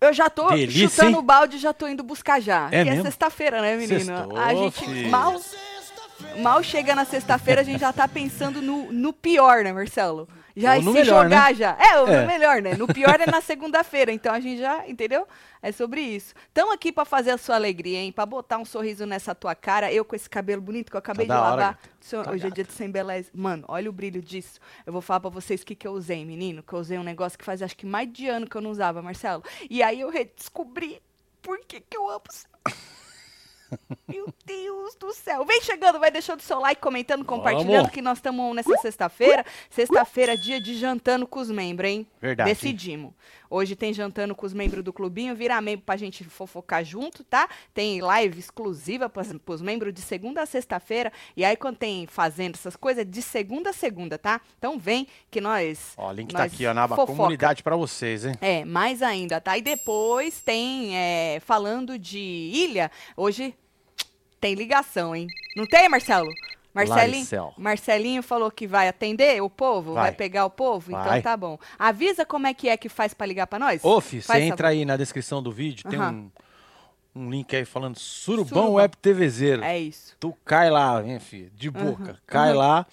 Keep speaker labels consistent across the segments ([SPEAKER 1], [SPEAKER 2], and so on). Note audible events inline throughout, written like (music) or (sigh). [SPEAKER 1] Eu já tô
[SPEAKER 2] Delícia,
[SPEAKER 1] chutando
[SPEAKER 2] hein?
[SPEAKER 1] o balde e já tô indo buscar já.
[SPEAKER 2] É
[SPEAKER 1] Porque
[SPEAKER 2] mesmo?
[SPEAKER 1] sexta-feira, né, menino?
[SPEAKER 2] Sextou,
[SPEAKER 1] a gente
[SPEAKER 2] fi.
[SPEAKER 1] mal, mal chega na sexta-feira, a gente já tá pensando no, no pior, né, Marcelo? Já
[SPEAKER 2] Ou
[SPEAKER 1] se
[SPEAKER 2] no melhor,
[SPEAKER 1] jogar já. É, ou
[SPEAKER 2] É.
[SPEAKER 1] no melhor, né? No pior é
[SPEAKER 2] (laughs)
[SPEAKER 1] na segunda-feira, então a gente já, entendeu? É sobre isso. Tamo aqui pra fazer a sua alegria, hein? Pra botar um sorriso nessa tua cara. Eu com esse cabelo bonito que eu acabei
[SPEAKER 2] Tá
[SPEAKER 1] de
[SPEAKER 2] da hora,
[SPEAKER 1] lavar.
[SPEAKER 2] gata.
[SPEAKER 1] Senhor,
[SPEAKER 2] Tá
[SPEAKER 1] hoje é
[SPEAKER 2] gata.
[SPEAKER 1] dia de sem beleza. Mano, olha o brilho disso. Eu vou falar pra vocês o que, que eu usei, menino. Que eu usei um negócio que faz acho que mais de ano que eu não usava, Marcelo. E aí eu redescobri por que, que eu amo. esse- (laughs) Meu Deus do céu. Vem chegando, vai deixando seu like, comentando, compartilhando,
[SPEAKER 2] Vamos.
[SPEAKER 1] que nós estamos nessa sexta-feira. Sexta-feira, é dia de jantando com os membros, hein?
[SPEAKER 2] Verdade.
[SPEAKER 1] Decidimos. Hoje tem jantando com os membros do clubinho, vira membro pra gente fofocar junto, tá? Tem live exclusiva pras- pros membros de segunda a sexta-feira. E aí, quando tem fazendo essas coisas, é de segunda a segunda, tá? Então vem que nós.
[SPEAKER 2] Ó, o link tá
[SPEAKER 1] nós
[SPEAKER 2] aqui, ó, na aba
[SPEAKER 1] fofoca.
[SPEAKER 2] comunidade pra vocês, hein?
[SPEAKER 1] É, mais ainda, tá? E depois tem, é, falando de ilha, hoje tem ligação, hein? Não tem, Marcelo? Marcelinho,
[SPEAKER 2] Laricel.
[SPEAKER 1] Marcelinho falou que vai atender o povo, vai,
[SPEAKER 2] Vai.
[SPEAKER 1] pegar o povo, então
[SPEAKER 2] Vai.
[SPEAKER 1] tá bom. Avisa como é que é que faz pra ligar pra nós?
[SPEAKER 2] Ô, fi, você
[SPEAKER 1] Faz
[SPEAKER 2] entra aí na descrição do vídeo, tem
[SPEAKER 1] Aham.
[SPEAKER 2] um, um link aí falando Surubão,
[SPEAKER 1] Surubão.
[SPEAKER 2] Web TVzeiro.
[SPEAKER 1] É Uhum, isso.
[SPEAKER 2] Tu cai lá, hein, fi, de boca. Cai lá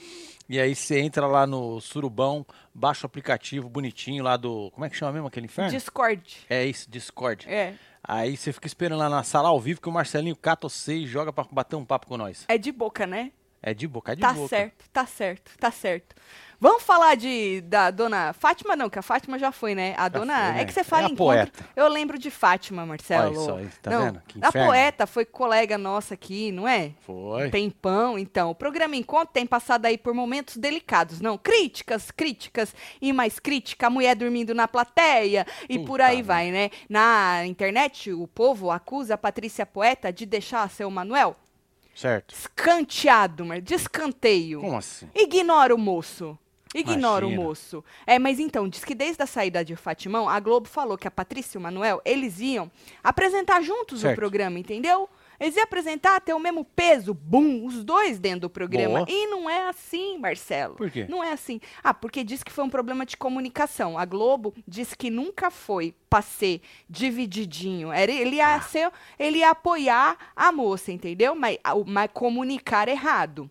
[SPEAKER 2] e aí você entra lá no Surubão, baixa o aplicativo bonitinho lá do... Como é que chama mesmo aquele inferno?
[SPEAKER 1] Discord.
[SPEAKER 2] É isso, Discord.
[SPEAKER 1] É.
[SPEAKER 2] Aí você fica esperando lá na sala ao vivo que o Marcelinho cata você e joga pra bater um papo com nós.
[SPEAKER 1] É de boca, né?
[SPEAKER 2] É de boca, é de
[SPEAKER 1] tá
[SPEAKER 2] boca.
[SPEAKER 1] certo, tá certo, tá certo. Vamos falar de da dona Fátima, não, que a Fátima já foi, né? A dona.
[SPEAKER 2] foi,
[SPEAKER 1] É
[SPEAKER 2] né?
[SPEAKER 1] que você fala
[SPEAKER 2] É a
[SPEAKER 1] em
[SPEAKER 2] poeta.
[SPEAKER 1] encontro. Eu lembro de Fátima, Marcelo.
[SPEAKER 2] Olha isso aí, tá
[SPEAKER 1] não,
[SPEAKER 2] vendo? Que
[SPEAKER 1] a
[SPEAKER 2] inferno.
[SPEAKER 1] poeta foi colega nossa aqui, não é?
[SPEAKER 2] Foi.
[SPEAKER 1] Tempão, então. O programa Encontro tem passado aí por momentos delicados, não? Críticas, críticas e mais crítica, a mulher dormindo na plateia e por
[SPEAKER 2] Puta
[SPEAKER 1] aí
[SPEAKER 2] merda.
[SPEAKER 1] vai, né? Na internet, o povo acusa a Patrícia Poeta de deixar seu Manuel
[SPEAKER 2] Certo.
[SPEAKER 1] escanteado, mas de escanteio.
[SPEAKER 2] Como assim?
[SPEAKER 1] Ignora o moço. Ignora
[SPEAKER 2] Imagina.
[SPEAKER 1] o moço. É, mas então, diz que desde a saída de Fatimão, a Globo falou que a Patrícia e o Manuel, eles iam apresentar juntos o
[SPEAKER 2] Certo.
[SPEAKER 1] programa, entendeu? Eles iam apresentar, ter o mesmo peso, bum, os dois dentro do programa.
[SPEAKER 2] Boa.
[SPEAKER 1] E não é assim, Marcelo.
[SPEAKER 2] Por quê?
[SPEAKER 1] Não é assim. Ah, porque diz que foi um problema de comunicação. A Globo diz que nunca foi pra ser divididinho. Era, ele,
[SPEAKER 2] Ah.
[SPEAKER 1] ia ser, ele ia apoiar a moça, entendeu? Mas, a- o- mas comunicar errado.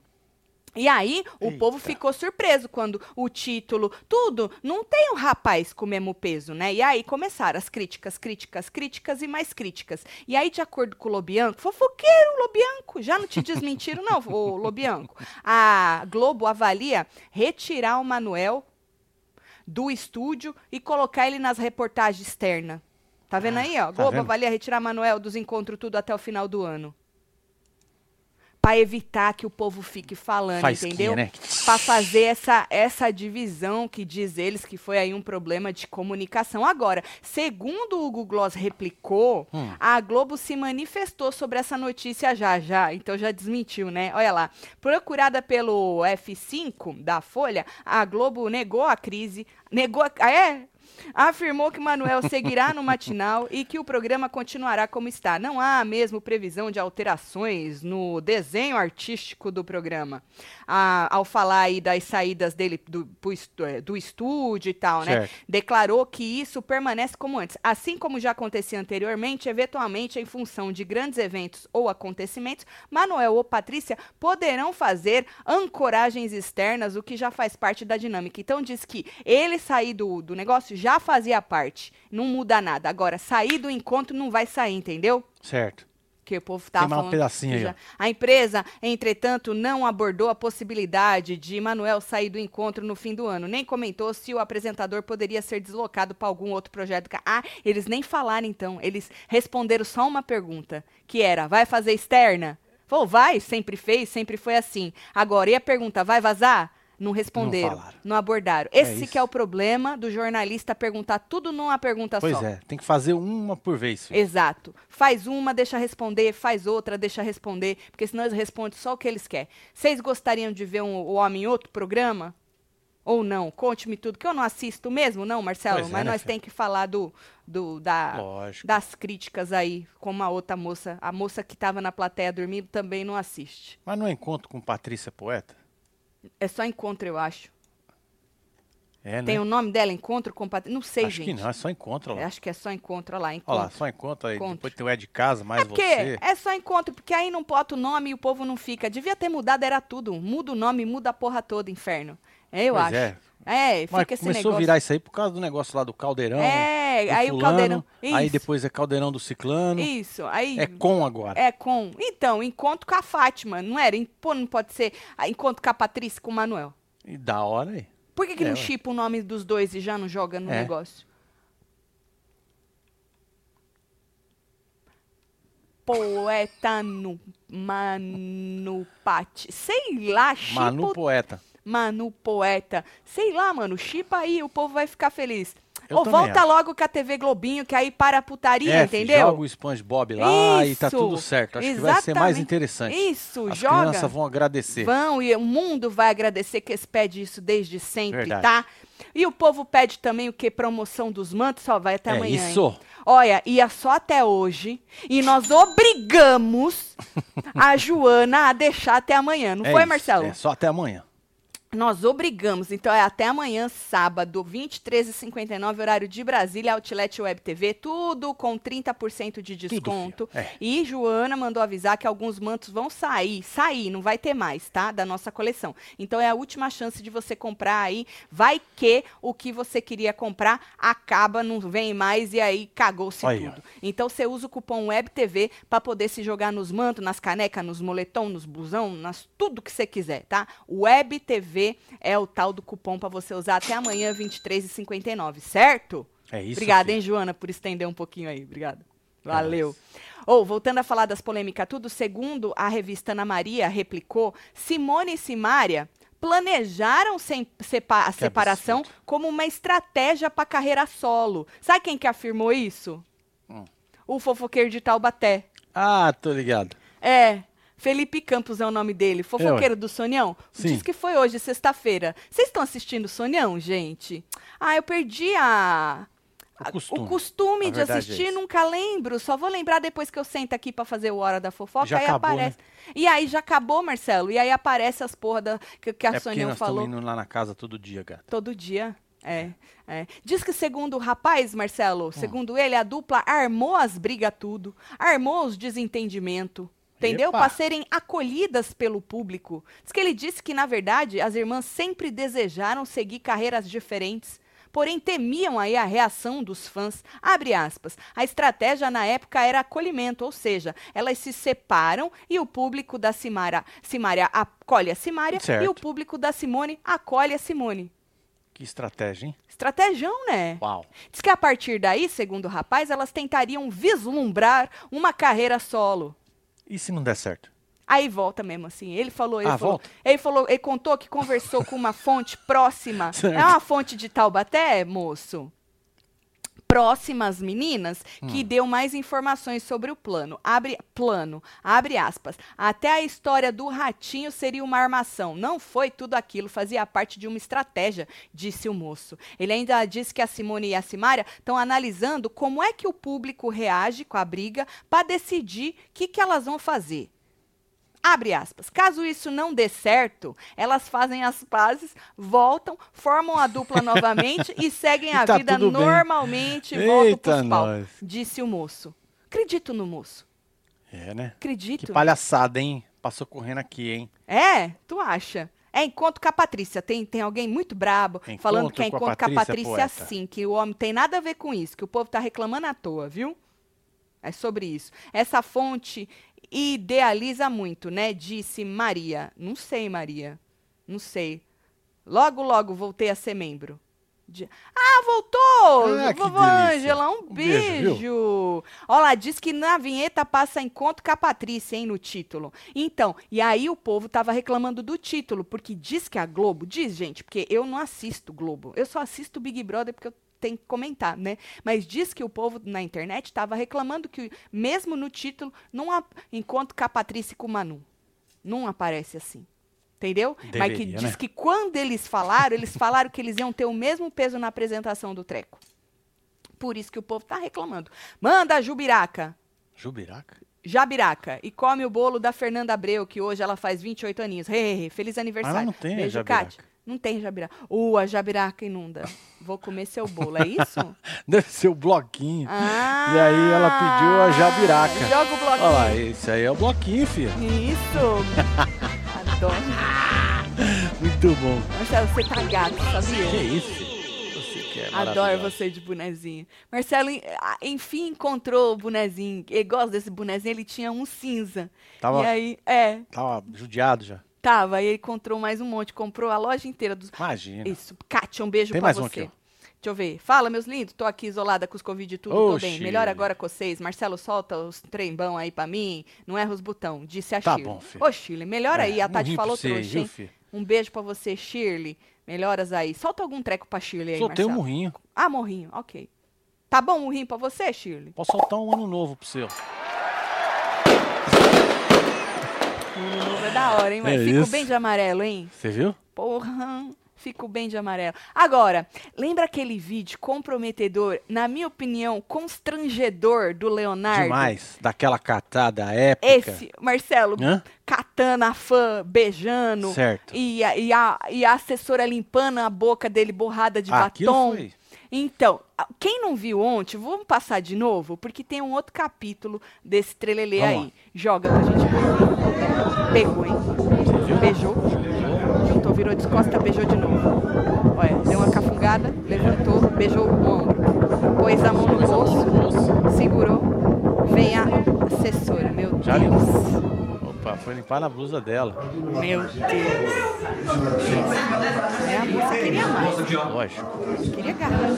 [SPEAKER 1] E aí, o
[SPEAKER 2] Eita.
[SPEAKER 1] povo ficou surpreso quando o título, tudo, não tem um rapaz com o mesmo peso, né? E aí começaram as críticas, críticas, críticas e mais críticas. E aí, de acordo com o Lobianco, fofoqueiro Lobianco, já não te desmentiram não, ô Lobianco. A Globo avalia retirar o Manuel do estúdio e colocar ele nas reportagens externas. Tá vendo
[SPEAKER 2] Ah,
[SPEAKER 1] aí, ó?
[SPEAKER 2] tá
[SPEAKER 1] Globo
[SPEAKER 2] vendo?
[SPEAKER 1] avalia retirar Manuel dos encontros tudo até o final do ano. Pra evitar que o povo fique falando,
[SPEAKER 2] Faísquinha,
[SPEAKER 1] entendeu?
[SPEAKER 2] né?
[SPEAKER 1] Pra fazer essa, essa divisão que diz eles que foi aí um problema de comunicação. Agora, segundo o Hugo Gloss replicou,
[SPEAKER 2] Hum.
[SPEAKER 1] a Globo se manifestou sobre essa notícia já, já. Então já desmentiu, né? Olha lá. Procurada pelo F5 da Folha, a Globo negou a crise, negou a... Ah, É? Afirmou que Manuel seguirá no matinal e que o programa continuará como está. Não há mesmo previsão de alterações no desenho artístico do programa. Ah, ao falar aí das saídas dele do, pro estu- eh, do estúdio e tal, né?
[SPEAKER 2] Certo.
[SPEAKER 1] declarou que isso permanece como antes. Assim como já acontecia anteriormente, eventualmente, em função de grandes eventos ou acontecimentos, Manuel ou Patrícia poderão fazer ancoragens externas, o que já faz parte da dinâmica. Então, diz que ele sair do, do negócio já fazia parte. Não muda nada. Agora, sair do encontro não vai sair, entendeu?
[SPEAKER 2] Certo.
[SPEAKER 1] Que o povo tava
[SPEAKER 2] Queimar um
[SPEAKER 1] falando
[SPEAKER 2] pedacinho
[SPEAKER 1] que
[SPEAKER 2] aí,
[SPEAKER 1] já-
[SPEAKER 2] ó.
[SPEAKER 1] A empresa, entretanto, não abordou a possibilidade de Manuel sair do encontro no fim do ano, nem comentou se o apresentador poderia ser deslocado para algum outro projeto. Ah, eles nem falaram então, eles responderam só uma pergunta, que era: vai fazer externa? Falou, vai, sempre fez, sempre foi assim. Agora, e a pergunta, vai vazar? Não responderam, não,
[SPEAKER 2] falaram.
[SPEAKER 1] abordaram. Esse
[SPEAKER 2] isso.
[SPEAKER 1] que é o problema do jornalista perguntar tudo numa pergunta
[SPEAKER 2] Pois
[SPEAKER 1] só.
[SPEAKER 2] é, tem que fazer uma por vez. filho.
[SPEAKER 1] Exato. Faz uma, deixa responder, faz outra, deixa responder, porque senão eles respondem só o que eles querem. Vocês gostariam de ver um- o homem em outro programa? Ou não? Conte-me tudo, que eu não assisto mesmo, não, Marcelo?
[SPEAKER 2] Pois é,
[SPEAKER 1] Mas
[SPEAKER 2] né,
[SPEAKER 1] nós
[SPEAKER 2] filho?
[SPEAKER 1] temos que falar do, do da,
[SPEAKER 2] Lógico.
[SPEAKER 1] das críticas aí, como a outra moça. A moça que estava na plateia dormindo também não assiste.
[SPEAKER 2] Mas no encontro com Patrícia Poeta,
[SPEAKER 1] É só encontro, eu acho.
[SPEAKER 2] É, né?
[SPEAKER 1] Tem o nome dela, Encontro Compatriota. Não sei,
[SPEAKER 2] Acho
[SPEAKER 1] gente.
[SPEAKER 2] que não, é só encontra lá.
[SPEAKER 1] Acho que é só Encontro, olha lá, Encontro.
[SPEAKER 2] Olha lá, só encontra aí.
[SPEAKER 1] Encontro.
[SPEAKER 2] Depois tem o É de Casa, mais
[SPEAKER 1] É porque
[SPEAKER 2] você.
[SPEAKER 1] é só encontro, porque aí não bota o nome e o povo não fica. Devia ter mudado, era tudo. Muda o nome, muda a porra toda, inferno. É, Eu
[SPEAKER 2] Pois
[SPEAKER 1] acho.
[SPEAKER 2] é.
[SPEAKER 1] É,
[SPEAKER 2] Mas
[SPEAKER 1] fica esse
[SPEAKER 2] começou
[SPEAKER 1] negócio.
[SPEAKER 2] a virar isso aí por causa do negócio lá do caldeirão.
[SPEAKER 1] É,
[SPEAKER 2] do
[SPEAKER 1] aí o
[SPEAKER 2] fulano,
[SPEAKER 1] caldeirão.
[SPEAKER 2] Aí
[SPEAKER 1] Isso.
[SPEAKER 2] depois é caldeirão do ciclano.
[SPEAKER 1] Isso, aí.
[SPEAKER 2] É com agora.
[SPEAKER 1] É com. Então, encontro com a Fátima, não era? Em- Pô, não pode ser ah, encontro com a Patrícia e com o Manuel.
[SPEAKER 2] E da hora aí.
[SPEAKER 1] Por que, que
[SPEAKER 2] É,
[SPEAKER 1] não
[SPEAKER 2] ué.
[SPEAKER 1] chipa o nome dos dois e já não joga no
[SPEAKER 2] É.
[SPEAKER 1] negócio? Poeta no Manu Pati. Sei lá, chipa
[SPEAKER 2] Manu
[SPEAKER 1] o-
[SPEAKER 2] Poeta.
[SPEAKER 1] Manu Poeta. Sei lá, mano, chipa aí, o povo vai ficar feliz.
[SPEAKER 2] Eu
[SPEAKER 1] Ou
[SPEAKER 2] também
[SPEAKER 1] volta
[SPEAKER 2] acho.
[SPEAKER 1] logo com a TV Globinho, que aí para a putaria,
[SPEAKER 2] É, fi,
[SPEAKER 1] entendeu?
[SPEAKER 2] Joga o SpongeBob lá e tá
[SPEAKER 1] Isso,
[SPEAKER 2] tudo certo. Acho que vai ser mais
[SPEAKER 1] exatamente.
[SPEAKER 2] interessante.
[SPEAKER 1] Isso,
[SPEAKER 2] As
[SPEAKER 1] joga.
[SPEAKER 2] crianças vão agradecer.
[SPEAKER 1] Vão e o mundo vai agradecer que eles pedem isso desde sempre,
[SPEAKER 2] Verdade.
[SPEAKER 1] tá? E o povo pede também o que? Promoção dos mantos, só vai até
[SPEAKER 2] É
[SPEAKER 1] amanhã. hein?
[SPEAKER 2] isso.
[SPEAKER 1] Olha, ia só até hoje e nós obrigamos
[SPEAKER 2] (laughs)
[SPEAKER 1] a Joana a deixar até amanhã, não
[SPEAKER 2] É
[SPEAKER 1] foi,
[SPEAKER 2] isso.
[SPEAKER 1] Marcelo?
[SPEAKER 2] É só até amanhã.
[SPEAKER 1] Nós obrigamos, então é até amanhã, sábado, 23h59, horário de Brasília, Outlet Web TV, tudo com 30% de
[SPEAKER 2] Tudo,
[SPEAKER 1] desconto.
[SPEAKER 2] filho. É.
[SPEAKER 1] E Joana mandou avisar que alguns mantos vão sair, sair, não vai ter mais, tá? Da nossa coleção. Então é a última chance de você comprar aí. Vai que o que você queria comprar acaba, não vem mais e aí cagou-se
[SPEAKER 2] Aí, ó.
[SPEAKER 1] tudo. Então você usa o cupom WebTV para poder se jogar nos mantos, nas canecas, nos moletom, nos blusão, nas tudo que você quiser, tá? WebTV é o tal do cupom para você usar até amanhã 23h59, certo?
[SPEAKER 2] É isso.
[SPEAKER 1] Obrigada,
[SPEAKER 2] filho. É
[SPEAKER 1] hein, Joana, por estender um pouquinho aí. Obrigada. Valeu. Ou, voltando a falar das polêmicas, tudo, segundo a revista Ana Maria replicou, Simone e Simária planejaram sem- sepa- a separação como uma estratégia para carreira solo. Sabe quem que afirmou isso?
[SPEAKER 2] Hum.
[SPEAKER 1] O fofoqueiro de Taubaté.
[SPEAKER 2] Ah, tô ligado.
[SPEAKER 1] É. Felipe Campos é o nome dele, fofoqueiro do Sonhão.
[SPEAKER 2] Sim.
[SPEAKER 1] Diz que foi hoje, sexta-feira. Vocês estão assistindo o Sonhão, gente? Ah, eu perdi a...
[SPEAKER 2] O costume.
[SPEAKER 1] Ah, O costume
[SPEAKER 2] A
[SPEAKER 1] de
[SPEAKER 2] verdade é
[SPEAKER 1] assistir,
[SPEAKER 2] isso.
[SPEAKER 1] nunca lembro. Só vou lembrar depois que eu sento aqui pra fazer o Hora da Fofoca.
[SPEAKER 2] Já
[SPEAKER 1] aí
[SPEAKER 2] acabou, né?
[SPEAKER 1] aparece. E aí já acabou, Marcelo. E aí aparece as porra da... que, que a
[SPEAKER 2] é porque
[SPEAKER 1] Sonhão
[SPEAKER 2] nós
[SPEAKER 1] falou.
[SPEAKER 2] estamos indo lá na casa todo dia, cara.
[SPEAKER 1] Todo dia. É, é. Diz que segundo o rapaz,
[SPEAKER 2] Ah.
[SPEAKER 1] Marcelo, segundo ele, a dupla armou as brigas tudo, armou os desentendimento. Entendeu?
[SPEAKER 2] Epa.
[SPEAKER 1] Para serem acolhidas pelo público. Diz que ele disse que, na verdade, as irmãs sempre desejaram seguir carreiras diferentes, porém temiam aí a reação dos fãs. Abre aspas. A estratégia na época era acolhimento, ou seja, elas se separam e o público da Simara, Simária acolhe a Simária e o
[SPEAKER 2] Certo.
[SPEAKER 1] público da Simone acolhe a Simone.
[SPEAKER 2] Que estratégia, hein?
[SPEAKER 1] Estratégião, né?
[SPEAKER 2] Uau.
[SPEAKER 1] Diz que a partir daí, segundo o rapaz, elas tentariam vislumbrar uma carreira solo.
[SPEAKER 2] E se não der certo?
[SPEAKER 1] Aí volta mesmo assim. Ele falou, ele
[SPEAKER 2] Ah,
[SPEAKER 1] falou,
[SPEAKER 2] volta?
[SPEAKER 1] ele falou, ele contou que conversou com uma fonte próxima.
[SPEAKER 2] (laughs) Certo.
[SPEAKER 1] É uma fonte de Taubaté, moço. Próxima às meninas, que
[SPEAKER 2] Hum.
[SPEAKER 1] deu mais informações sobre o plano. Abre plano, abre aspas. Até a história do ratinho seria uma armação. Não foi tudo aquilo, fazia parte de uma estratégia, disse o moço. Ele ainda disse que a Simone e a Simária estão analisando como é que o público reage com a briga para decidir o que, que elas vão fazer. Abre aspas. Caso isso não dê certo, elas fazem as pazes, voltam, formam a dupla
[SPEAKER 2] (laughs)
[SPEAKER 1] novamente e seguem
[SPEAKER 2] E
[SPEAKER 1] a
[SPEAKER 2] tá
[SPEAKER 1] vida
[SPEAKER 2] tudo bem.
[SPEAKER 1] normalmente e voltam pros
[SPEAKER 2] Eita,
[SPEAKER 1] pau.
[SPEAKER 2] nós.
[SPEAKER 1] Disse o moço. Acredito no moço.
[SPEAKER 2] É, né?
[SPEAKER 1] Acredito.
[SPEAKER 2] Que palhaçada, hein? Passou correndo aqui, hein?
[SPEAKER 1] É, tu acha? É encontro com a Patrícia. Tem, tem alguém muito brabo
[SPEAKER 2] Encontro
[SPEAKER 1] falando que é
[SPEAKER 2] com a
[SPEAKER 1] encontro com a
[SPEAKER 2] Patrícia,
[SPEAKER 1] Patrícia
[SPEAKER 2] poeta.
[SPEAKER 1] assim, que o homem tem nada a ver com isso, que o povo tá reclamando à toa, viu? É sobre isso. Essa fonte idealiza muito, né? Disse Maria. Não sei, Maria. Não sei. Logo, logo voltei a ser membro. De- Ah, voltou!
[SPEAKER 2] Ah, que
[SPEAKER 1] Vovó
[SPEAKER 2] delícia.
[SPEAKER 1] Ângela, um
[SPEAKER 2] Um beijo, viu?
[SPEAKER 1] beijo! Olha lá, diz que na vinheta passa encontro com a Patrícia, hein, no título. Então, e aí o povo tava reclamando do título, porque diz que a Globo, diz, gente, porque eu não assisto Globo, eu só assisto Big Brother porque eu tenho que comentar, né? Mas diz que o povo na internet tava reclamando que, mesmo no título, não há encontro com a Patrícia e com o Manu. Não aparece assim. Entendeu? Mas que
[SPEAKER 2] Deveria,
[SPEAKER 1] diz
[SPEAKER 2] né?
[SPEAKER 1] que quando eles falaram, eles falaram que eles iam ter o mesmo peso na apresentação do treco. Por isso que o povo tá reclamando. Manda a jubiraca.
[SPEAKER 2] Jubiraca? (laughs)
[SPEAKER 1] Jabiraca. E come o bolo da Fernanda Abreu, que hoje ela faz 28 aninhos. Hey, hey, hey, feliz aniversário.
[SPEAKER 2] não tem a
[SPEAKER 1] Beijo,
[SPEAKER 2] jabiraca.
[SPEAKER 1] Kátia. Não tem jabiraca. Uh, a jabiraca inunda. Vou comer seu bolo, é
[SPEAKER 2] (laughs)
[SPEAKER 1] isso?
[SPEAKER 2] Deve ser o bloquinho.
[SPEAKER 1] Ah,
[SPEAKER 2] E aí ela pediu a jabiraca.
[SPEAKER 1] Joga o bloquinho.
[SPEAKER 2] Olha lá, esse aí é o bloquinho, filha.
[SPEAKER 1] Isso. Adoro.
[SPEAKER 2] Muito bom.
[SPEAKER 1] Marcelo, você tá gato, sabia?
[SPEAKER 2] Que isso? filho? Você que é
[SPEAKER 1] Adoro
[SPEAKER 2] maravilhosa.
[SPEAKER 1] você de bonezinho. Marcelo, en- ah, enfim, encontrou o bonezinho. Ele gosta desse bonezinho, ele tinha um cinza.
[SPEAKER 2] Tava-
[SPEAKER 1] E aí, é,
[SPEAKER 2] Tava judiado já.
[SPEAKER 1] tava. E ele encontrou mais um monte, comprou a loja inteira dos.
[SPEAKER 2] Imagina.
[SPEAKER 1] Isso, Kátia, um beijo
[SPEAKER 2] Tem
[SPEAKER 1] pra
[SPEAKER 2] mais
[SPEAKER 1] você.
[SPEAKER 2] um aqui,
[SPEAKER 1] Deixa eu ver. Fala, meus lindos. Tô aqui isolada com os Covid e tudo, tô bem.
[SPEAKER 2] Oxi.
[SPEAKER 1] Melhor agora com vocês. Marcelo, solta os trembão aí pra mim. Não erra os botão. Disse a
[SPEAKER 2] Tá
[SPEAKER 1] Shirley.
[SPEAKER 2] bom, filho.
[SPEAKER 1] Ô, Shirley, melhor
[SPEAKER 2] É,
[SPEAKER 1] aí. A Tati
[SPEAKER 2] morri pra
[SPEAKER 1] falou
[SPEAKER 2] você aí,
[SPEAKER 1] trouxa,
[SPEAKER 2] viu,
[SPEAKER 1] hein?
[SPEAKER 2] filho?
[SPEAKER 1] Um beijo pra você, Shirley. Melhoras aí. Solta algum treco pra Shirley aí,
[SPEAKER 2] Soltei um
[SPEAKER 1] Marcelo.
[SPEAKER 2] murrinho.
[SPEAKER 1] Ah, morrinho, ok. Tá bom morrinho pra você, Shirley?
[SPEAKER 2] Posso soltar um ano novo pro seu.
[SPEAKER 1] Ano novo é da hora, hein? Mas
[SPEAKER 2] É
[SPEAKER 1] fico
[SPEAKER 2] isso.
[SPEAKER 1] bem de amarelo, hein?
[SPEAKER 2] Você viu?
[SPEAKER 1] Porra, fico bem de amarelo. Agora, lembra aquele vídeo comprometedor, na minha opinião, constrangedor do Leonardo?
[SPEAKER 2] Demais. Daquela catada épica.
[SPEAKER 1] Esse, Marcelo,
[SPEAKER 2] Hã?
[SPEAKER 1] catando a fã, beijando.
[SPEAKER 2] Certo.
[SPEAKER 1] E a, e, a, e a assessora limpando a boca dele borrada de
[SPEAKER 2] Aquilo
[SPEAKER 1] batom.
[SPEAKER 2] foi.
[SPEAKER 1] Então, a- quem não viu ontem, vamos passar de novo, porque tem um outro capítulo desse trelelê
[SPEAKER 2] Vamos
[SPEAKER 1] aí.
[SPEAKER 2] lá.
[SPEAKER 1] Joga pra gente ver. Pegou, hein? Beijou. Juntou, virou de costa, beijou de novo. Olha, deu uma cafungada, levantou, beijou o ombro. Pôs a mão no bolso, segurou. Vem a assessora, meu
[SPEAKER 2] Já
[SPEAKER 1] Deus.
[SPEAKER 2] Opa, foi limpar na blusa dela.
[SPEAKER 1] Meu Deus. É, a moça queria mais,
[SPEAKER 2] Lógico.
[SPEAKER 1] queria garra.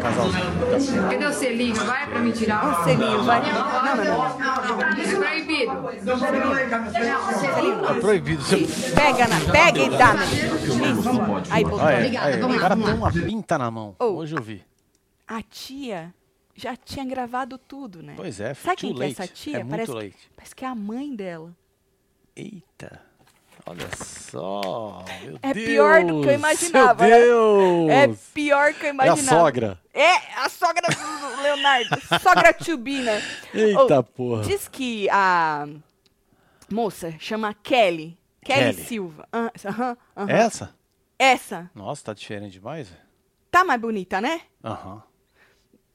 [SPEAKER 2] Casalzinho.
[SPEAKER 3] Cadê o selinho? Vai pra me tirar.
[SPEAKER 1] Ó, o selinho, vai. Não, não, não.
[SPEAKER 3] Isso é proibido.
[SPEAKER 2] É proibido. Você...
[SPEAKER 1] Pega, na, pega e dá. na- Isso. Aí botou.
[SPEAKER 2] Olha, aí, o cara tem uma pinta na mão.
[SPEAKER 1] Oh.
[SPEAKER 2] Hoje eu vi.
[SPEAKER 1] A tia já tinha gravado tudo, né?
[SPEAKER 2] Pois é,
[SPEAKER 1] Sabe
[SPEAKER 2] too
[SPEAKER 1] quem que é
[SPEAKER 2] late.
[SPEAKER 1] essa tia?
[SPEAKER 2] É muito
[SPEAKER 1] parece,
[SPEAKER 2] late.
[SPEAKER 1] parece que é a mãe dela.
[SPEAKER 2] Eita. Olha só. Meu
[SPEAKER 1] É
[SPEAKER 2] Deus.
[SPEAKER 1] pior do que eu imaginava, né?
[SPEAKER 2] Meu Deus.
[SPEAKER 1] É pior que eu
[SPEAKER 2] É a
[SPEAKER 1] imaginava.
[SPEAKER 2] sogra.
[SPEAKER 1] É, a sogra do Leonardo. sogra Tubina.
[SPEAKER 2] Eita porra.
[SPEAKER 1] Oh, Diz que a moça chama Kelly. Kelly,
[SPEAKER 2] Kelly. É?
[SPEAKER 1] Silva. Ah, aham, aham.
[SPEAKER 2] Essa?
[SPEAKER 1] Essa.
[SPEAKER 2] Nossa, tá diferente demais. velho.
[SPEAKER 1] Tá mais bonita, né?
[SPEAKER 2] Aham.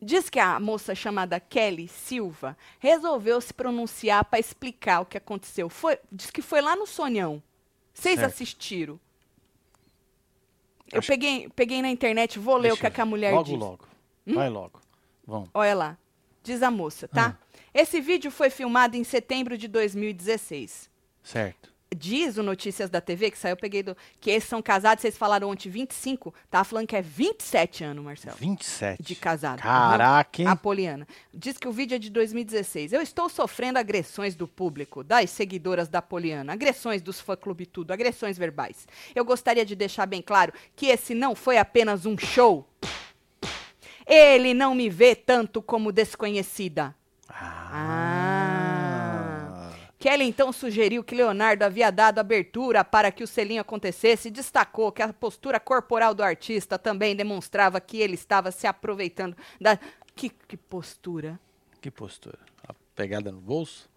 [SPEAKER 1] Diz que a moça chamada Kelly Silva resolveu se pronunciar para explicar o que aconteceu. Foi, diz que foi lá no Sonhão. Vocês
[SPEAKER 2] Certo.
[SPEAKER 1] assistiram? Eu
[SPEAKER 2] Acho-
[SPEAKER 1] peguei, peguei na internet, vou ler o
[SPEAKER 2] Deixa
[SPEAKER 1] que,
[SPEAKER 2] eu
[SPEAKER 1] é que a
[SPEAKER 2] ver.
[SPEAKER 1] mulher
[SPEAKER 2] Logo,
[SPEAKER 1] disse. Hum?
[SPEAKER 2] logo. Vai logo. Vamos.
[SPEAKER 1] Olha lá. Diz a moça, tá?
[SPEAKER 2] Ah.
[SPEAKER 1] Esse vídeo foi filmado em setembro de 2016.
[SPEAKER 2] Certo.
[SPEAKER 1] Diz o Notícias da TV, que saiu, eu peguei do. Que eles são casados, vocês falaram ontem 25. Tava falando que é 27 anos, Marcelo.
[SPEAKER 2] 27.
[SPEAKER 1] Então, De casado.
[SPEAKER 2] Caraca, hein?
[SPEAKER 1] Apoliana. Diz que o vídeo é de 2016. Eu estou sofrendo agressões do público, das seguidoras da Poliana, agressões dos fã-clube tudo, agressões verbais. Eu gostaria de deixar bem claro que esse não foi apenas um show. Ele não me vê tanto como desconhecida. Ah. Kelly então sugeriu que Leonardo havia dado abertura para que o selinho acontecesse e destacou que a postura corporal do artista também demonstrava que ele estava se aproveitando da. Que, que postura?
[SPEAKER 2] Que postura. A pegada no bolso?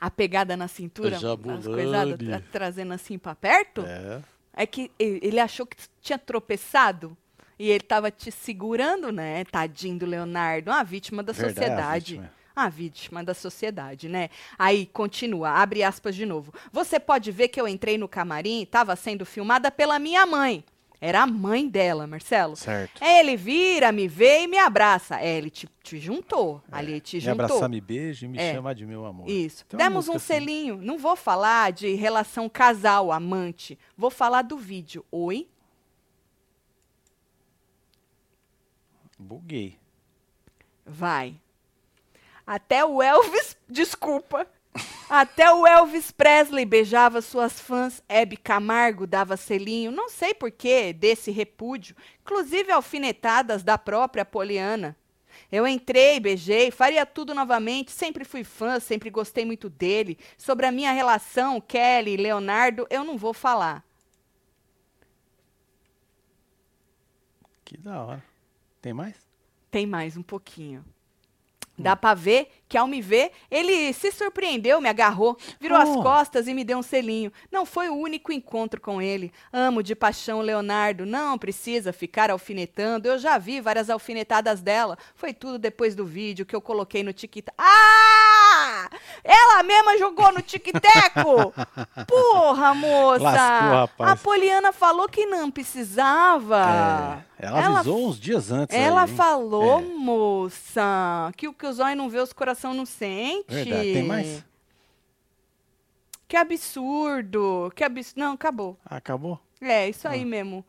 [SPEAKER 1] A pegada na cintura, as
[SPEAKER 2] Jabulani.
[SPEAKER 1] coisadas tra- trazendo assim pra perto? É.
[SPEAKER 2] É.
[SPEAKER 1] que e- ele achou que tinha tropeçado e ele tava te segurando, né? Tadinho do Leonardo, uma vítima da
[SPEAKER 2] Verdade,
[SPEAKER 1] sociedade.
[SPEAKER 2] a vítima.
[SPEAKER 1] a vítima da sociedade, né? Aí continua, abre aspas de novo. Você pode ver que eu entrei no camarim e estava sendo filmada pela minha mãe. Era a mãe dela, Marcelo.
[SPEAKER 2] Certo.
[SPEAKER 1] Aí Ele vira, me vê e me abraça. É, ele te, te juntou. Ali ele te
[SPEAKER 2] É, Me
[SPEAKER 1] juntou.
[SPEAKER 2] abraçar, me beija e me
[SPEAKER 1] É.
[SPEAKER 2] chama de meu amor.
[SPEAKER 1] Isso.
[SPEAKER 2] Tem uma
[SPEAKER 1] Demos
[SPEAKER 2] música
[SPEAKER 1] um
[SPEAKER 2] assim.
[SPEAKER 1] selinho. Não vou falar de relação casal, amante. Vou falar do vídeo. Oi?
[SPEAKER 2] Buguei.
[SPEAKER 1] Vai. Até o Elvis. (laughs) Desculpa. Até o Elvis Presley beijava suas fãs. Hebe Camargo dava selinho. Não sei por que desse repúdio. Inclusive alfinetadas da própria Poliana. Eu entrei, beijei, faria tudo novamente. Sempre fui fã, sempre gostei muito dele. Sobre a minha relação, Kelly e Leonardo, eu não vou falar.
[SPEAKER 2] Que da hora. Tem mais?
[SPEAKER 1] Tem mais um pouquinho.
[SPEAKER 2] Hum.
[SPEAKER 1] Dá pra ver que ao me ver, ele se surpreendeu, me agarrou, virou as
[SPEAKER 2] Oh.
[SPEAKER 1] costas e me deu um selinho. Não foi o único encontro com ele. Amo de paixão o Leonardo, não precisa ficar alfinetando. Eu já vi várias alfinetadas dela. Foi tudo depois do vídeo que eu coloquei no TikTok. Ah! Ela mesma jogou no
[SPEAKER 2] (laughs)
[SPEAKER 1] TikToco! Porra, moça!
[SPEAKER 2] Lascou, rapaz.
[SPEAKER 1] A Poliana falou que não precisava.
[SPEAKER 2] É, ela avisou uns dias antes.
[SPEAKER 1] Ah. Ela
[SPEAKER 2] aí, hein?
[SPEAKER 1] falou,
[SPEAKER 2] É.
[SPEAKER 1] moça, que o que os olhos não vê, os coração não sente.
[SPEAKER 2] Verdade. Tem mais?
[SPEAKER 1] Que absurdo. Que absurdo. Não, acabou.
[SPEAKER 2] Ah, acabou?
[SPEAKER 1] É, isso
[SPEAKER 2] Ah.
[SPEAKER 1] aí mesmo.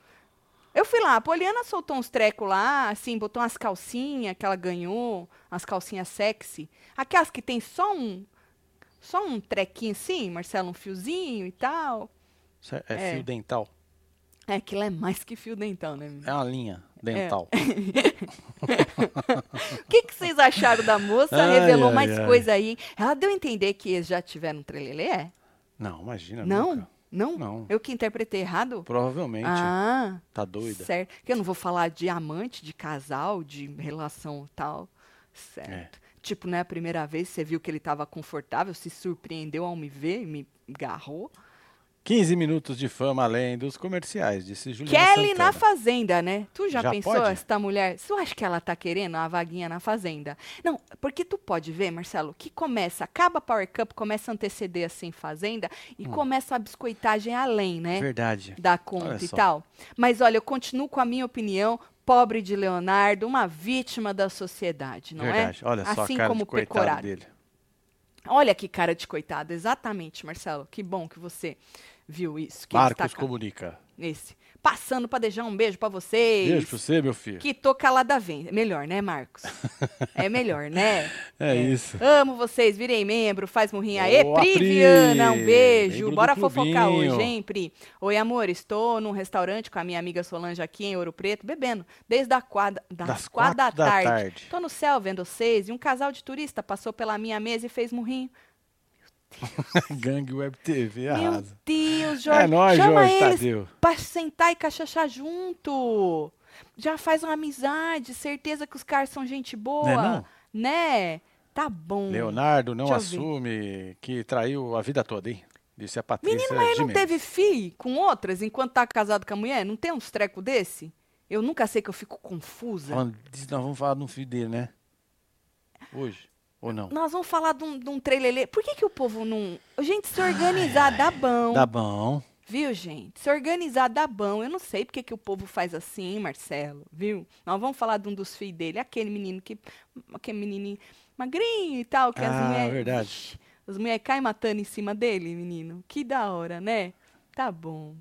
[SPEAKER 1] Eu fui lá, a Poliana soltou uns trecos lá, assim, botou umas calcinhas que ela ganhou, umas calcinhas sexy. Aquelas que tem só um. Só um trequinho assim, Marcelo, um fiozinho e tal.
[SPEAKER 2] Isso é, é fio dental.
[SPEAKER 1] É, aquilo é mais que fio dental, né? menino?
[SPEAKER 2] É uma linha dental.
[SPEAKER 1] É. O que, que vocês acharam da moça?
[SPEAKER 2] (laughs) Ai,
[SPEAKER 1] Revelou
[SPEAKER 2] ai,
[SPEAKER 1] mais
[SPEAKER 2] ai.
[SPEAKER 1] coisa aí. hein? Ela deu a entender que eles já tiveram trelelê, é?
[SPEAKER 2] Não, imagina.
[SPEAKER 1] Não?
[SPEAKER 2] nunca.
[SPEAKER 1] Não?
[SPEAKER 2] Não.
[SPEAKER 1] Eu que interpretei errado?
[SPEAKER 2] Provavelmente.
[SPEAKER 1] Ah,
[SPEAKER 2] Tá doida.
[SPEAKER 1] certo. Que eu não vou falar de amante, de casal, de relação tal. Certo. Tipo, né, a primeira vez você viu que ele estava confortável, se surpreendeu ao me ver, me agarrou.
[SPEAKER 2] 15 minutos de fama além dos comerciais, disse Juliana
[SPEAKER 1] Kelly
[SPEAKER 2] Santana.
[SPEAKER 1] na fazenda, né? Tu já,
[SPEAKER 2] Já
[SPEAKER 1] pensou
[SPEAKER 2] pode?
[SPEAKER 1] essa mulher? Tu acha que ela tá querendo uma vaguinha na fazenda? Não, porque tu pode ver, Marcelo, que começa, acaba a Power Cup, começa a anteceder assim fazenda e começa a biscoitagem além, né?
[SPEAKER 2] Verdade.
[SPEAKER 1] Dá conta
[SPEAKER 2] Olha
[SPEAKER 1] e
[SPEAKER 2] só.
[SPEAKER 1] tal. Mas olha, eu continuo com a minha opinião, pobre de Leonardo, uma vítima da sociedade, não
[SPEAKER 2] Verdade.
[SPEAKER 1] é?
[SPEAKER 2] Olha só
[SPEAKER 1] assim
[SPEAKER 2] a cara
[SPEAKER 1] como
[SPEAKER 2] de
[SPEAKER 1] o
[SPEAKER 2] coitado
[SPEAKER 1] Pecoraro.
[SPEAKER 2] dele.
[SPEAKER 1] Olha que cara de coitado, exatamente, Marcelo. Que bom que você viu isso. Que tá
[SPEAKER 2] Marcos
[SPEAKER 1] destaca
[SPEAKER 2] comunica.
[SPEAKER 1] esse. Passando pra deixar um beijo pra vocês.
[SPEAKER 2] Beijo pra você, meu filho.
[SPEAKER 1] Que tô calada vem. Melhor, né,
[SPEAKER 2] (laughs)
[SPEAKER 1] Marcos? É melhor, né?
[SPEAKER 2] É isso.
[SPEAKER 1] Amo vocês, virem membro, faz murrinha aí.
[SPEAKER 2] Boa,
[SPEAKER 1] Pri,
[SPEAKER 2] Pri!
[SPEAKER 1] Viana, um beijo.
[SPEAKER 2] Membro do
[SPEAKER 1] Bora fofocar
[SPEAKER 2] clubinho.
[SPEAKER 1] hoje, hein, Pri? Oi, amor, estou num restaurante com a minha amiga Solange aqui em Ouro Preto, bebendo, desde a quadra, das,
[SPEAKER 2] Das
[SPEAKER 1] Tá quatro da,
[SPEAKER 2] quatro da
[SPEAKER 1] tarde.
[SPEAKER 2] tarde.
[SPEAKER 1] Tô no céu vendo vocês e um casal de turista passou pela minha mesa e fez murrinho. (laughs)
[SPEAKER 2] Gangue Web TV
[SPEAKER 1] Meu
[SPEAKER 2] arrasa.
[SPEAKER 1] Deus, Jorge,
[SPEAKER 2] É nóis,
[SPEAKER 1] chama
[SPEAKER 2] Jorge
[SPEAKER 1] eles
[SPEAKER 2] Tadeu.
[SPEAKER 1] pra sentar e cachachar junto. Já faz uma amizade, certeza que os caras são gente boa.
[SPEAKER 2] Né, não?
[SPEAKER 1] Né? Tá bom.
[SPEAKER 2] Leonardo não
[SPEAKER 1] Deixa eu
[SPEAKER 2] assume que traiu a vida toda, hein? Disse a Patrícia
[SPEAKER 1] Menino, mas ele não
[SPEAKER 2] Gimenez.
[SPEAKER 1] teve filho com outras enquanto tá casado com a mulher? Não tem uns treco desse? Eu nunca sei que eu fico confusa.
[SPEAKER 2] Falando disso, nós vamos falar de um filho dele, né? Hoje. Ou não?
[SPEAKER 1] Nós vamos falar de um, de um trelelê. Por que, que o povo não. Gente, se organizar dá bom.
[SPEAKER 2] Tá bom.
[SPEAKER 1] Viu, gente? Se organizar dá bom. Eu não sei porque que o povo faz assim, hein, Marcelo, viu? Nós vamos falar de um dos filhos dele, aquele menino que. aquele menininho magrinho e tal, que as
[SPEAKER 2] Ah,
[SPEAKER 1] mulheres.
[SPEAKER 2] verdade.
[SPEAKER 1] As mulheres caem matando em cima dele, menino. Que da hora, né? Tá bom.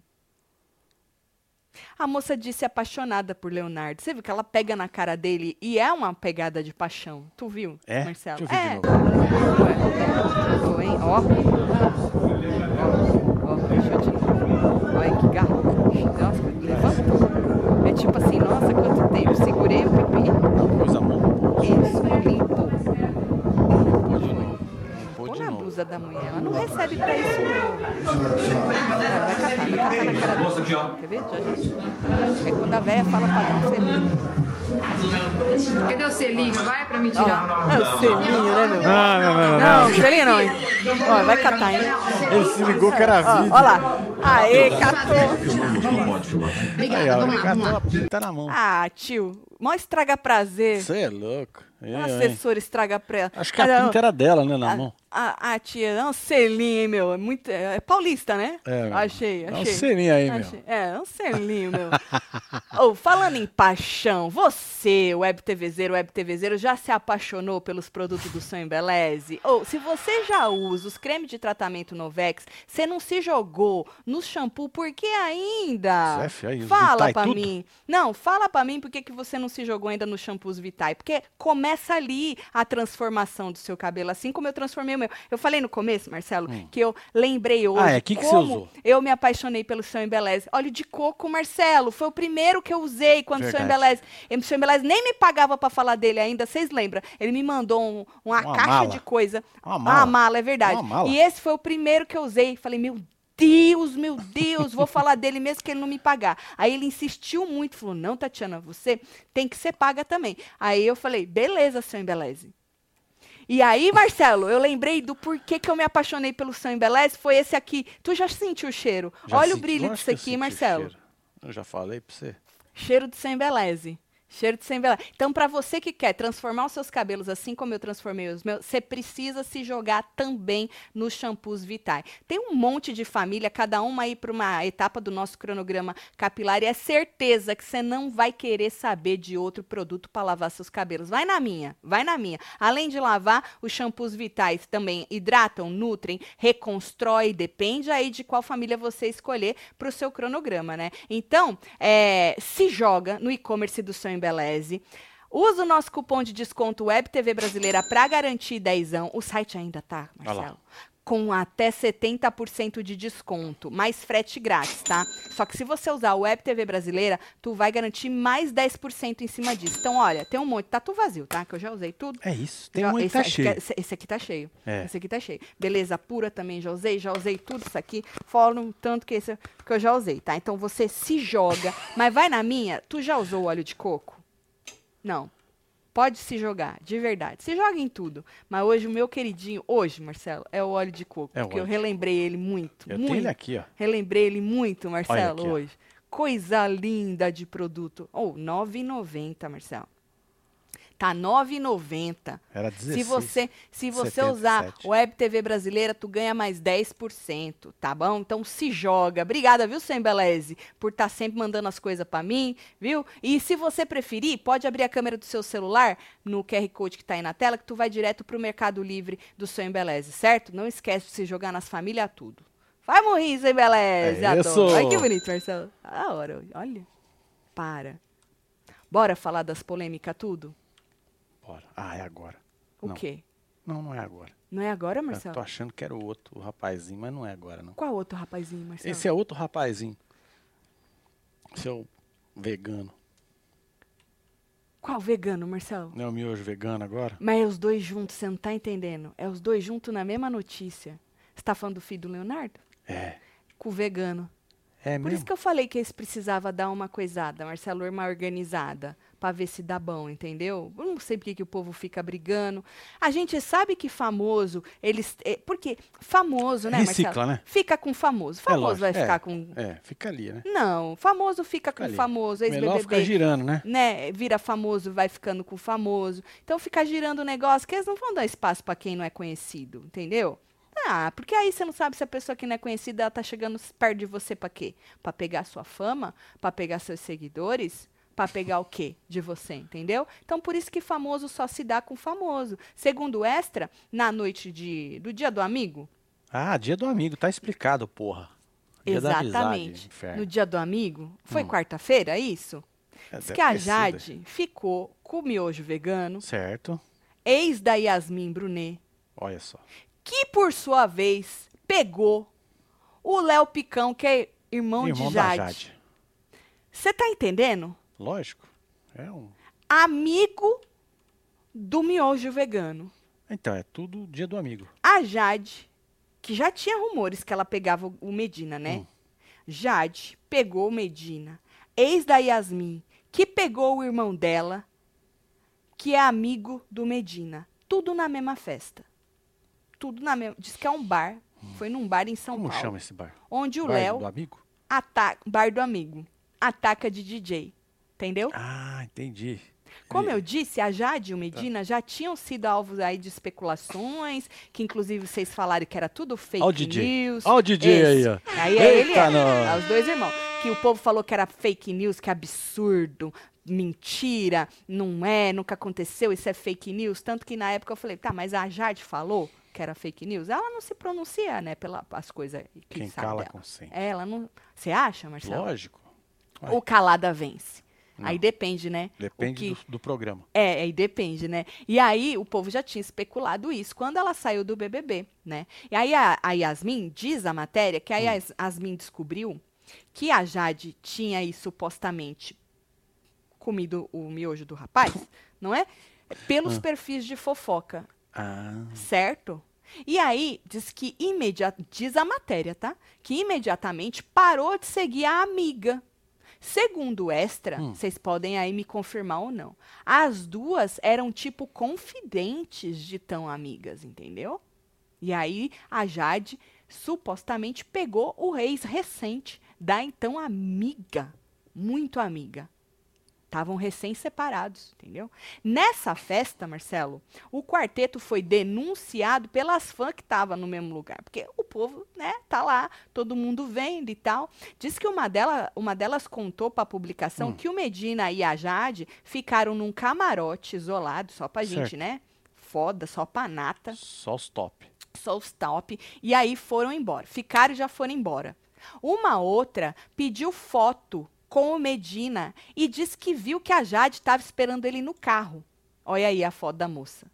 [SPEAKER 1] A moça disse apaixonada por Leonardo. Você viu que ela pega na cara dele e é uma pegada de paixão. Tu viu,
[SPEAKER 2] É?
[SPEAKER 1] Marcelo?
[SPEAKER 2] Deixa eu ver
[SPEAKER 1] é.
[SPEAKER 2] de
[SPEAKER 1] Ué,
[SPEAKER 2] novo.
[SPEAKER 1] tô, hein? Ó. Ó, deixa eu te... Olha que garro. Nossa, levantou. É tipo assim, nossa, quanto tempo. Segurei o pipi.
[SPEAKER 2] Coisa boa.
[SPEAKER 1] Isso, limpou.
[SPEAKER 2] Não pôde não. Não
[SPEAKER 1] Pô
[SPEAKER 2] pôde
[SPEAKER 1] na
[SPEAKER 2] não.
[SPEAKER 1] blusa da mulher. Ela não recebe pra isso, não. Vai catar, vai catar na cara dela. Quer ver? Já, já. É quando a véia fala pra dar um selinho.
[SPEAKER 3] Cadê o selinho? Vai pra me
[SPEAKER 1] Ó,
[SPEAKER 3] tirar.
[SPEAKER 1] é o selinho, né, meu?
[SPEAKER 2] Ah, não, não,
[SPEAKER 1] Não, selinho não, hein? Ó, vai catar, hein?
[SPEAKER 2] Ele se ligou que era
[SPEAKER 1] Ó,
[SPEAKER 2] vídeo.
[SPEAKER 1] ó lá. Aê, catou.
[SPEAKER 2] Aí, ó, ele catou a pinta na mão.
[SPEAKER 1] Ah, tio. Mó estraga prazer.
[SPEAKER 2] Você é louco. Eu,
[SPEAKER 1] Um
[SPEAKER 2] hein?
[SPEAKER 1] assessor estraga pra.
[SPEAKER 2] Acho que é a pinta era dela, né,
[SPEAKER 1] Ah,
[SPEAKER 2] na mão.
[SPEAKER 1] A, a tia, é um selinho, hein, meu. É, muito, é, é paulista, né?
[SPEAKER 2] É,
[SPEAKER 1] achei,
[SPEAKER 2] é
[SPEAKER 1] achei.
[SPEAKER 2] um selinho aí, meu.
[SPEAKER 1] Achei. É, é um selinho,
[SPEAKER 2] (laughs)
[SPEAKER 1] meu. Ô, falando em paixão, você, web TVzeiro, web TVzeiro, já se apaixonou pelos produtos do Sonho Embeleze? Ou, se você já usa os cremes de tratamento Novex, você não se jogou no shampoo, por que ainda?
[SPEAKER 2] Zé, fia, e os
[SPEAKER 1] Fala
[SPEAKER 2] Vitae
[SPEAKER 1] pra
[SPEAKER 2] é tudo?
[SPEAKER 1] mim. Não, fala pra mim por que que você não se jogou ainda nos shampoos Vitae. Porque começa ali a transformação do seu cabelo, assim como eu transformei o meu. Eu falei no começo, Marcelo, que eu lembrei hoje
[SPEAKER 2] Hum. Ah, é? Que que você
[SPEAKER 1] como
[SPEAKER 2] usou?
[SPEAKER 1] eu me apaixonei pelo seu embeleze. Óleo de coco, Marcelo, foi o primeiro que eu usei quando o seu
[SPEAKER 2] Verdade.
[SPEAKER 1] embeleze... O seu embeleze nem me pagava pra falar dele ainda, vocês lembram? Ele me mandou um- uma,
[SPEAKER 2] Uma
[SPEAKER 1] caixa
[SPEAKER 2] mala.
[SPEAKER 1] de coisa.
[SPEAKER 2] Uma mala.
[SPEAKER 1] é verdade.
[SPEAKER 2] Uma mala.
[SPEAKER 1] E esse foi o primeiro que eu usei. Falei, meu Deus, meu Deus, vou falar dele mesmo que ele não me pagar. Aí ele insistiu muito, falou, não, Tatiana, você tem que ser paga também. Aí eu falei, beleza, seu embeleze. E aí, Marcelo, eu lembrei do porquê que eu me apaixonei pelo São Embeleze, foi esse aqui. Tu já sentiu o cheiro?
[SPEAKER 2] Já
[SPEAKER 1] Olha o
[SPEAKER 2] senti-
[SPEAKER 1] brilho
[SPEAKER 2] lógico
[SPEAKER 1] disso
[SPEAKER 2] que eu
[SPEAKER 1] aqui,
[SPEAKER 2] senti o
[SPEAKER 1] Marcelo.
[SPEAKER 2] cheiro. Eu já falei pra você.
[SPEAKER 1] Cheiro de sem embeleze. Cheiro de sem embeleze. Então, para você que quer transformar os seus cabelos assim como eu transformei os meus, você precisa se jogar também nos shampoos Vitae. Tem um monte de família, cada uma aí para uma etapa do nosso cronograma capilar, e é certeza que você não vai querer saber de outro produto para lavar seus cabelos. Vai na minha, vai na minha. Além de lavar, os shampoos vitais também hidratam, nutrem, reconstrói, depende aí de qual família você escolher para o seu cronograma, né? Então, é, se joga no e-commerce do São Embeleze. Usa o nosso cupom de desconto Web TV Brasileira para garantir dezão. O site ainda tá,
[SPEAKER 2] Olha lá.
[SPEAKER 1] Marcelo? com até 70% de desconto, mais frete grátis, tá? Só que se você usar o Web TV Brasileira, tu vai garantir mais 10% em cima disso. Então, olha, tem um monte, tá tudo vazio, tá? Que eu já usei tudo.
[SPEAKER 2] É isso. Tem
[SPEAKER 1] Já-
[SPEAKER 2] um aí que
[SPEAKER 1] esse,
[SPEAKER 2] tá
[SPEAKER 1] acho que
[SPEAKER 2] cheio.
[SPEAKER 1] é- esse aqui tá cheio.
[SPEAKER 2] É.
[SPEAKER 1] Esse aqui tá cheio. Beleza pura também já usei, já usei tudo isso aqui. Fora um tanto que esse que eu já usei, tá? Então você se joga, mas vai na minha, tu já usou óleo de coco? Não. Pode se jogar, de verdade. Se joga em tudo. Mas hoje o meu queridinho, hoje, Marcelo, é o óleo de coco.
[SPEAKER 2] É o
[SPEAKER 1] porque eu
[SPEAKER 2] óleo de
[SPEAKER 1] relembrei ele muito.
[SPEAKER 2] Eu
[SPEAKER 1] muito.
[SPEAKER 2] tenho ele aqui, ó.
[SPEAKER 1] Relembrei ele muito, Marcelo,
[SPEAKER 2] aqui, ó.
[SPEAKER 1] hoje. Coisa linda de produto. Oh, Ou R$ 9,90, Marcelo. Tá R$ 9,90.
[SPEAKER 2] Era 16.
[SPEAKER 1] Se você, se você
[SPEAKER 2] 77.
[SPEAKER 1] usar Web TV Brasileira, tu ganha mais 10%, tá bom? Então se joga. Obrigada, viu, Sembeleze, por estar sempre mandando as coisas pra mim, viu? E se você preferir, pode abrir a câmera do seu celular no QR Code que tá aí na tela, que tu vai direto pro Mercado Livre do Sembeleze, certo? Não esquece de se jogar nas famílias tudo. Vai morrer, Sembeleze.
[SPEAKER 2] É
[SPEAKER 1] Adoro.
[SPEAKER 2] isso.
[SPEAKER 1] Olha que bonito, Marcelo. A hora, olha. Para. Bora falar das polêmicas tudo?
[SPEAKER 2] Bora. Ah, é agora.
[SPEAKER 1] O
[SPEAKER 2] Não.
[SPEAKER 1] quê?
[SPEAKER 2] Não, não é agora.
[SPEAKER 1] Não é agora,
[SPEAKER 2] Eu
[SPEAKER 1] Marcelo?
[SPEAKER 2] tô achando que era o outro, o rapazinho, mas não é agora, não.
[SPEAKER 1] Qual outro rapazinho, Marcelo?
[SPEAKER 2] Esse é outro rapazinho. Seu vegano.
[SPEAKER 1] Qual vegano, Marcelo?
[SPEAKER 2] Não é o miojo vegano agora?
[SPEAKER 1] Mas é os dois juntos, você não tá entendendo. É os dois juntos na mesma notícia. Você tá falando do filho do Leonardo?
[SPEAKER 2] É.
[SPEAKER 1] Com o vegano.
[SPEAKER 2] É
[SPEAKER 1] Por
[SPEAKER 2] mesmo?
[SPEAKER 1] isso que eu falei que eles precisava dar uma coisada, Marcelo, uma organizada, pra ver se dá bom, entendeu? Eu não sei por que que o povo fica brigando. A gente sabe que famoso, eles. É, porque famoso, né,
[SPEAKER 2] Recicla,
[SPEAKER 1] Marcelo?
[SPEAKER 2] né?
[SPEAKER 1] Fica com famoso.
[SPEAKER 2] É
[SPEAKER 1] Famoso
[SPEAKER 2] lógico,
[SPEAKER 1] vai
[SPEAKER 2] é,
[SPEAKER 1] ficar com.
[SPEAKER 2] É, fica ali, né?
[SPEAKER 1] Não, famoso fica
[SPEAKER 2] Fica
[SPEAKER 1] com
[SPEAKER 2] ali.
[SPEAKER 1] famoso,
[SPEAKER 2] Melhor ficar
[SPEAKER 1] ex-BBB.
[SPEAKER 2] girando, né?
[SPEAKER 1] né, vira famoso, vai ficando com famoso. Então fica girando o negócio, que eles não vão dar espaço pra quem não é conhecido, entendeu? Ah, porque aí você não sabe se a pessoa que não é conhecida ela tá chegando perto de você pra quê? Pra pegar sua fama, Pra pegar seus seguidores, Pra pegar o quê de você, entendeu? Então por isso que famoso só se dá com famoso. Segundo o Extra, na noite de, do Dia do Amigo,
[SPEAKER 2] Ah, dia do amigo, tá explicado, porra. Dia da amizade,
[SPEAKER 1] exatamente,
[SPEAKER 2] inferno.
[SPEAKER 1] no Dia do Amigo, foi
[SPEAKER 2] Hum.
[SPEAKER 1] quarta-feira, isso?
[SPEAKER 2] É,
[SPEAKER 1] Diz
[SPEAKER 2] deve
[SPEAKER 1] que a
[SPEAKER 2] ter sido.
[SPEAKER 1] Jade ficou com o miojo vegano,
[SPEAKER 2] Certo.
[SPEAKER 1] ex da Yasmin Brunet,
[SPEAKER 2] Olha só.
[SPEAKER 1] que por sua vez pegou o Léo Picão, que é irmão,
[SPEAKER 2] Irmão
[SPEAKER 1] de
[SPEAKER 2] da
[SPEAKER 1] Jade.
[SPEAKER 2] Jade.
[SPEAKER 1] Você tá entendendo?
[SPEAKER 2] Lógico. É um...
[SPEAKER 1] Amigo do miojo vegano.
[SPEAKER 2] Então, é tudo dia do amigo.
[SPEAKER 1] A Jade, que já tinha rumores que ela pegava o- o Medina, né?
[SPEAKER 2] Hum.
[SPEAKER 1] Jade pegou o Medina, ex da Yasmin, que pegou o irmão dela, que é amigo do Medina. Tudo na mesma festa. Tudo na mesma. Diz que é um bar. Foi num bar em São
[SPEAKER 2] Hum. Como
[SPEAKER 1] Paulo.
[SPEAKER 2] chama esse bar?
[SPEAKER 1] Onde o
[SPEAKER 2] Bar
[SPEAKER 1] Léo
[SPEAKER 2] do amigo?
[SPEAKER 1] ataca. Bar do amigo. Ataca de DJ. Entendeu?
[SPEAKER 2] Ah, entendi.
[SPEAKER 1] Como
[SPEAKER 2] E-
[SPEAKER 1] eu disse, a Jade e
[SPEAKER 2] Tá.
[SPEAKER 1] o Medina já tinham sido alvos aí de especulações, que inclusive vocês falaram que era tudo fake
[SPEAKER 2] Ó o DJ.
[SPEAKER 1] news.
[SPEAKER 2] Ó o DJ aí,
[SPEAKER 1] Esse.
[SPEAKER 2] ó.
[SPEAKER 1] Aí é ele,
[SPEAKER 2] Eita,
[SPEAKER 1] é.
[SPEAKER 2] nó.
[SPEAKER 1] os dois irmãos. Que o povo falou que era fake news, que absurdo, mentira, não é, nunca aconteceu, isso é fake news. Tanto que na época eu falei, tá, mas a Jade falou que era fake news. Ela não se pronuncia, né, pelas coisas que
[SPEAKER 2] Quem
[SPEAKER 1] sabe
[SPEAKER 2] cala
[SPEAKER 1] dela. É,
[SPEAKER 2] consente.
[SPEAKER 1] Ela não... Você acha, Marcelo?
[SPEAKER 2] Lógico. Ué.
[SPEAKER 1] Ou calada vence?
[SPEAKER 2] Não.
[SPEAKER 1] Aí depende, né? O
[SPEAKER 2] Depende
[SPEAKER 1] que-
[SPEAKER 2] do, do programa.
[SPEAKER 1] é, aí depende, né? E aí o povo já tinha especulado isso quando ela saiu do BBB, né? E aí a, a Yasmin diz a matéria que a Yas- Yasmin descobriu que a Jade tinha aí supostamente comido o miojo do rapaz, não é? Pelos perfis de fofoca,
[SPEAKER 2] Ah,
[SPEAKER 1] certo? E aí diz que imediatamente, diz a matéria, tá? Que imediatamente parou de seguir a amiga Segundo o Extra, vocês podem aí me confirmar ou não, as duas eram tipo confidentes de tão amigas, entendeu? E aí a Jade supostamente pegou o Reis recente da então amiga, muito amiga. Estavam recém-separados, entendeu? Nessa festa, Marcelo, o quarteto foi denunciado pelas fãs que estavam no mesmo lugar. Porque o povo, né, tá lá, todo mundo vendo e tal. Diz que uma, dela, uma delas contou pra publicação que o Medina e a Jade ficaram num camarote isolado, só pra gente,
[SPEAKER 2] Certo.
[SPEAKER 1] né? Foda, só pra nata
[SPEAKER 2] Só os top.
[SPEAKER 1] só os top, e aí foram embora. Ficaram e já foram embora. Uma outra pediu foto com o Medina e disse que viu que a Jade estava esperando ele no carro. Olha aí a foto da moça.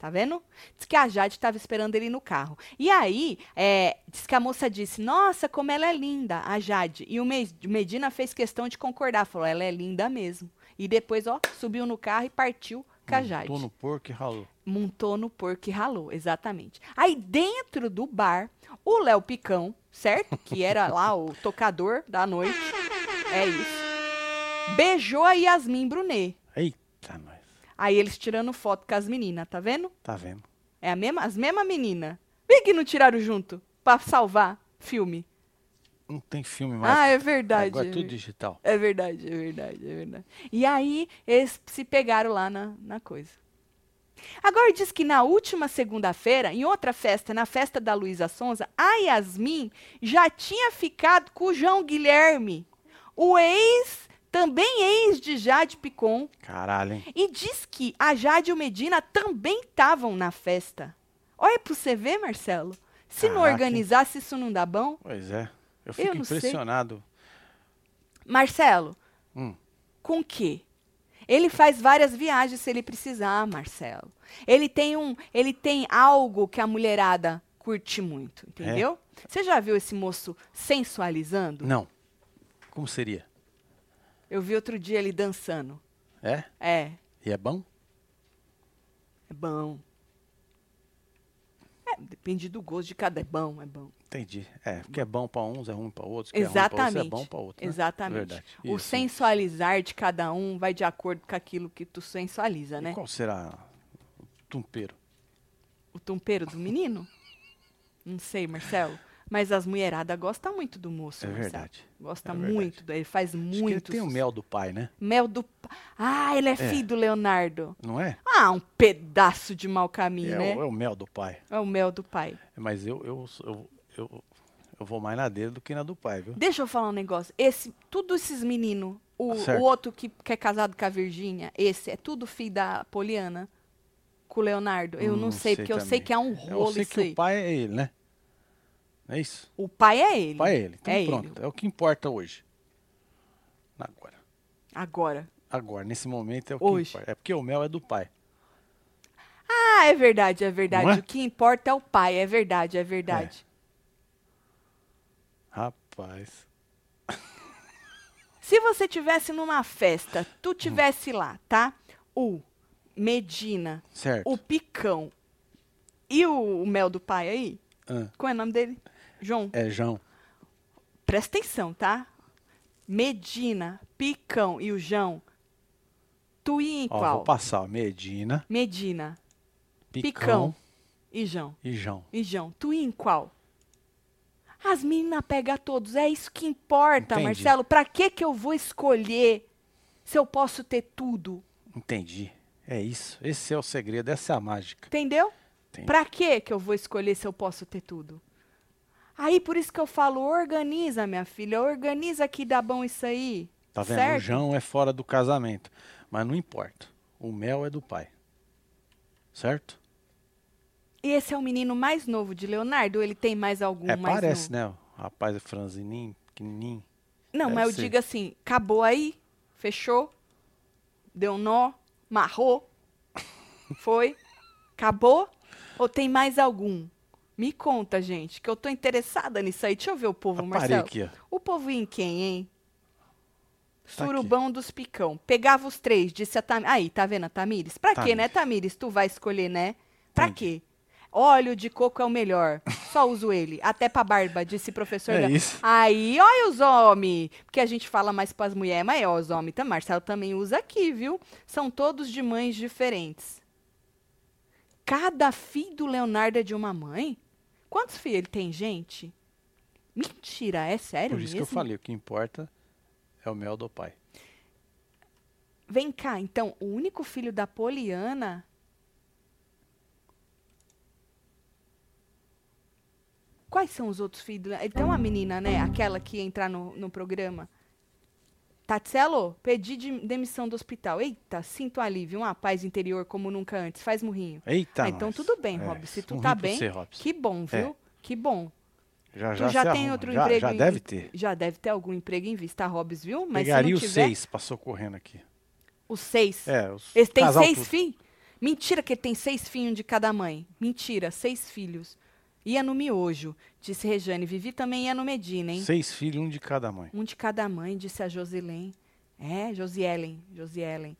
[SPEAKER 1] Tá vendo? Diz que a Jade estava esperando ele no carro. E aí, é, diz que a moça disse: Nossa, como ela é linda, a Jade. E o Me- Medina fez questão de concordar. Falou: Ela é linda mesmo. E depois, ó, subiu no carro e partiu com a É Jade.
[SPEAKER 2] Tô no porco e ralou.
[SPEAKER 1] Montou no porco e ralou, exatamente. Aí dentro do bar, o Léo Picão, certo? Que era lá o tocador da noite. É isso. Beijou a Yasmin Brunet.
[SPEAKER 2] Eita, nós.
[SPEAKER 1] Aí eles tirando foto com as meninas, tá vendo?
[SPEAKER 2] Tá vendo?
[SPEAKER 1] É a mesma, as mesmas meninas. Por que não tiraram junto? Pra salvar filme.
[SPEAKER 2] Não tem filme mais.
[SPEAKER 1] Ah, é verdade.
[SPEAKER 2] Agora é tudo digital.
[SPEAKER 1] É verdade, é verdade, é verdade. E aí, eles se pegaram lá na, na coisa. Agora diz que na última segunda-feira, em outra festa, na festa da Luísa Sonza, a Yasmin já tinha ficado com o João Guilherme, o ex, também ex de Jade Picon,
[SPEAKER 2] Caralho, hein?
[SPEAKER 1] e diz que a Jade e o Medina também estavam na festa. Olha pra você ver, Marcelo. Se não
[SPEAKER 2] Caraca, hein?
[SPEAKER 1] organizasse, isso não dá bom.
[SPEAKER 2] Pois é. Eu fico
[SPEAKER 1] não sei.
[SPEAKER 2] impressionado.
[SPEAKER 1] Marcelo,
[SPEAKER 2] Hum.
[SPEAKER 1] com que? Ele faz várias viagens se ele precisar, Marcelo. Ele tem um, ele tem algo que a mulherada curte muito, entendeu?
[SPEAKER 2] É.
[SPEAKER 1] Você já viu esse moço sensualizando?
[SPEAKER 2] Não. Como seria?
[SPEAKER 1] Eu vi outro dia ele dançando.
[SPEAKER 2] É?
[SPEAKER 1] É,
[SPEAKER 2] E é bom?
[SPEAKER 1] é bom. É, depende do gosto de cada. É bom, é bom.
[SPEAKER 2] Entendi. É, porque é bom pra uns, é ruim pra outros. Que
[SPEAKER 1] Exatamente.
[SPEAKER 2] É, ruim pra outros, é bom pra outros. né?
[SPEAKER 1] Exatamente.
[SPEAKER 2] Verdade.
[SPEAKER 1] O
[SPEAKER 2] Isso.
[SPEAKER 1] sensualizar de cada um vai de acordo com aquilo que tu sensualiza,
[SPEAKER 2] E
[SPEAKER 1] né?
[SPEAKER 2] qual será o tumpeiro?
[SPEAKER 1] O tompeiro do menino? Não sei, Marcelo. Mas as mulheradas gostam muito do moço,
[SPEAKER 2] É
[SPEAKER 1] Marcelo.
[SPEAKER 2] verdade.
[SPEAKER 1] Gosta
[SPEAKER 2] É verdade.
[SPEAKER 1] muito, dele, ele faz
[SPEAKER 2] Acho que ele
[SPEAKER 1] muito.
[SPEAKER 2] tem o
[SPEAKER 1] sucesso.
[SPEAKER 2] mel do pai, né?
[SPEAKER 1] Mel do. pa- Ah, ele é, filho do Leonardo.
[SPEAKER 2] Não é?
[SPEAKER 1] Ah, um pedaço de mau caminho,
[SPEAKER 2] É,
[SPEAKER 1] né?
[SPEAKER 2] o, é o mel do pai.
[SPEAKER 1] É o mel do pai.
[SPEAKER 2] Mas eu, eu, eu, eu, eu vou mais na dele do que na do pai, viu?
[SPEAKER 1] Deixa eu falar um negócio. Esse, tudo esses meninos, o,
[SPEAKER 2] Certo.
[SPEAKER 1] o outro que, que é casado com a Virgínia, esse é tudo filho da Poliana com o Leonardo. Eu não,
[SPEAKER 2] Hum, Não
[SPEAKER 1] sei,
[SPEAKER 2] sei
[SPEAKER 1] porque eu sei
[SPEAKER 2] também.
[SPEAKER 1] que é um
[SPEAKER 2] Eu
[SPEAKER 1] rolo
[SPEAKER 2] sei
[SPEAKER 1] isso
[SPEAKER 2] que
[SPEAKER 1] aí.
[SPEAKER 2] o pai é ele, né? Não É isso?
[SPEAKER 1] O pai é ele.
[SPEAKER 2] O pai é ele. Então
[SPEAKER 1] É
[SPEAKER 2] pronto.
[SPEAKER 1] ele.
[SPEAKER 2] É o que importa hoje. Agora.
[SPEAKER 1] Agora.
[SPEAKER 2] Agora, nesse momento é o
[SPEAKER 1] Hoje.
[SPEAKER 2] que importa. É porque o mel é do pai.
[SPEAKER 1] Ah, é verdade, é verdade.
[SPEAKER 2] Não é?
[SPEAKER 1] O que importa é o pai, é verdade, é verdade.
[SPEAKER 2] Rapaz. É.
[SPEAKER 1] Se você tivesse numa festa, tu tivesse lá, tá? O Medina,
[SPEAKER 2] Certo.
[SPEAKER 1] o Picão e o, o Mel do pai aí.
[SPEAKER 2] Ah,
[SPEAKER 1] Qual é o nome dele? João.
[SPEAKER 2] é João.
[SPEAKER 1] Presta atenção, tá? Medina, Picão e o João. Tu ia em
[SPEAKER 2] Ó,
[SPEAKER 1] qual?
[SPEAKER 2] vou passar. ó, Medina,
[SPEAKER 1] Medina,
[SPEAKER 2] Picão,
[SPEAKER 1] Picão. e João.
[SPEAKER 2] e João.
[SPEAKER 1] E João, tu ia em qual? As meninas pegam todos, é isso que importa,
[SPEAKER 2] Entendi.
[SPEAKER 1] Marcelo. Pra que que eu vou escolher se eu posso ter tudo?
[SPEAKER 2] Entendi. É isso. Esse é o segredo, essa é a mágica.
[SPEAKER 1] Entendeu?
[SPEAKER 2] Entendi.
[SPEAKER 1] Pra que que eu vou escolher se eu posso ter tudo? Aí por isso que eu falo, organiza, minha filha, organiza que dá bom isso aí.
[SPEAKER 2] Tá vendo?
[SPEAKER 1] Certo?
[SPEAKER 2] O João é fora do casamento. Mas não importa. O mel é do pai. Certo?
[SPEAKER 1] Esse é o menino mais novo de Leonardo, ou ele tem mais algum
[SPEAKER 2] é,
[SPEAKER 1] mais
[SPEAKER 2] parece,
[SPEAKER 1] novo?
[SPEAKER 2] né? O rapaz é franzininho, pequenininho.
[SPEAKER 1] Não,
[SPEAKER 2] deve
[SPEAKER 1] mas eu
[SPEAKER 2] ser.
[SPEAKER 1] digo assim, acabou aí, fechou, deu um nó, marrou, foi, acabou, ou tem mais algum? Me conta, gente, que eu tô interessada nisso aí. Deixa eu ver o povo,
[SPEAKER 2] Aparei
[SPEAKER 1] Marcelo.
[SPEAKER 2] aqui, ó.
[SPEAKER 1] O povo ia em quem, hein?
[SPEAKER 2] Tá aqui.
[SPEAKER 1] Surubão dos Picão. Pegava os três, disse a Tamires. Aí, tá vendo a Tamires? Pra quê, né,
[SPEAKER 2] Tamires.
[SPEAKER 1] Tamires? Tu vai escolher, né? Pra
[SPEAKER 2] Entendi.
[SPEAKER 1] quê? Óleo de coco é o melhor. Só uso ele. Até pra barba, disse professor.
[SPEAKER 2] É
[SPEAKER 1] Léo.
[SPEAKER 2] isso.
[SPEAKER 1] Aí, olha os homens. Porque a gente fala mais pras mulheres, mas é os homens. Então, Marcelo também usa aqui, viu? São todos de mães diferentes. Cada filho do Leonardo é de uma mãe? Quantos filhos ele tem, gente? Mentira, é sério
[SPEAKER 2] Por isso que
[SPEAKER 1] mesmo?
[SPEAKER 2] eu falei, o que importa é o mel do pai.
[SPEAKER 1] Vem cá, então, o único filho da Poliana. Quais são os outros filhos? do- Então, a menina, né? Aquela que ia entrar no, no programa. Tatselo, pedi de- demissão do hospital. Eita, sinto alívio, uma paz interior como nunca antes. Faz murrinho.
[SPEAKER 2] Eita,
[SPEAKER 1] Ah, então
[SPEAKER 2] nós.
[SPEAKER 1] tudo bem,
[SPEAKER 2] É,
[SPEAKER 1] Robson. Se tu
[SPEAKER 2] um
[SPEAKER 1] tá
[SPEAKER 2] rim pra
[SPEAKER 1] bem,
[SPEAKER 2] você, Robson.
[SPEAKER 1] que bom, viu? Que bom.
[SPEAKER 2] É. Já,
[SPEAKER 1] tu
[SPEAKER 2] já,
[SPEAKER 1] já
[SPEAKER 2] se
[SPEAKER 1] tem
[SPEAKER 2] arruma.
[SPEAKER 1] outro
[SPEAKER 2] já,
[SPEAKER 1] emprego
[SPEAKER 2] Já
[SPEAKER 1] em-
[SPEAKER 2] deve ter.
[SPEAKER 1] Já deve ter algum emprego em vista, Robs, viu? Mas
[SPEAKER 2] Pegaria
[SPEAKER 1] se não
[SPEAKER 2] os
[SPEAKER 1] tiver,
[SPEAKER 2] seis, passou correndo aqui.
[SPEAKER 1] os seis.
[SPEAKER 2] É, os
[SPEAKER 1] Ele tem
[SPEAKER 2] casal
[SPEAKER 1] seis
[SPEAKER 2] tudo.
[SPEAKER 1] filhos? Mentira que ele tem seis filhos de cada mãe. Mentira, seis filhos. Ia no miojo, disse Rejane. Vivi também ia no Medina, hein?
[SPEAKER 2] Seis filhos, um de cada mãe.
[SPEAKER 1] Um de cada mãe, disse a Josilene. É, Josielen, Josielen.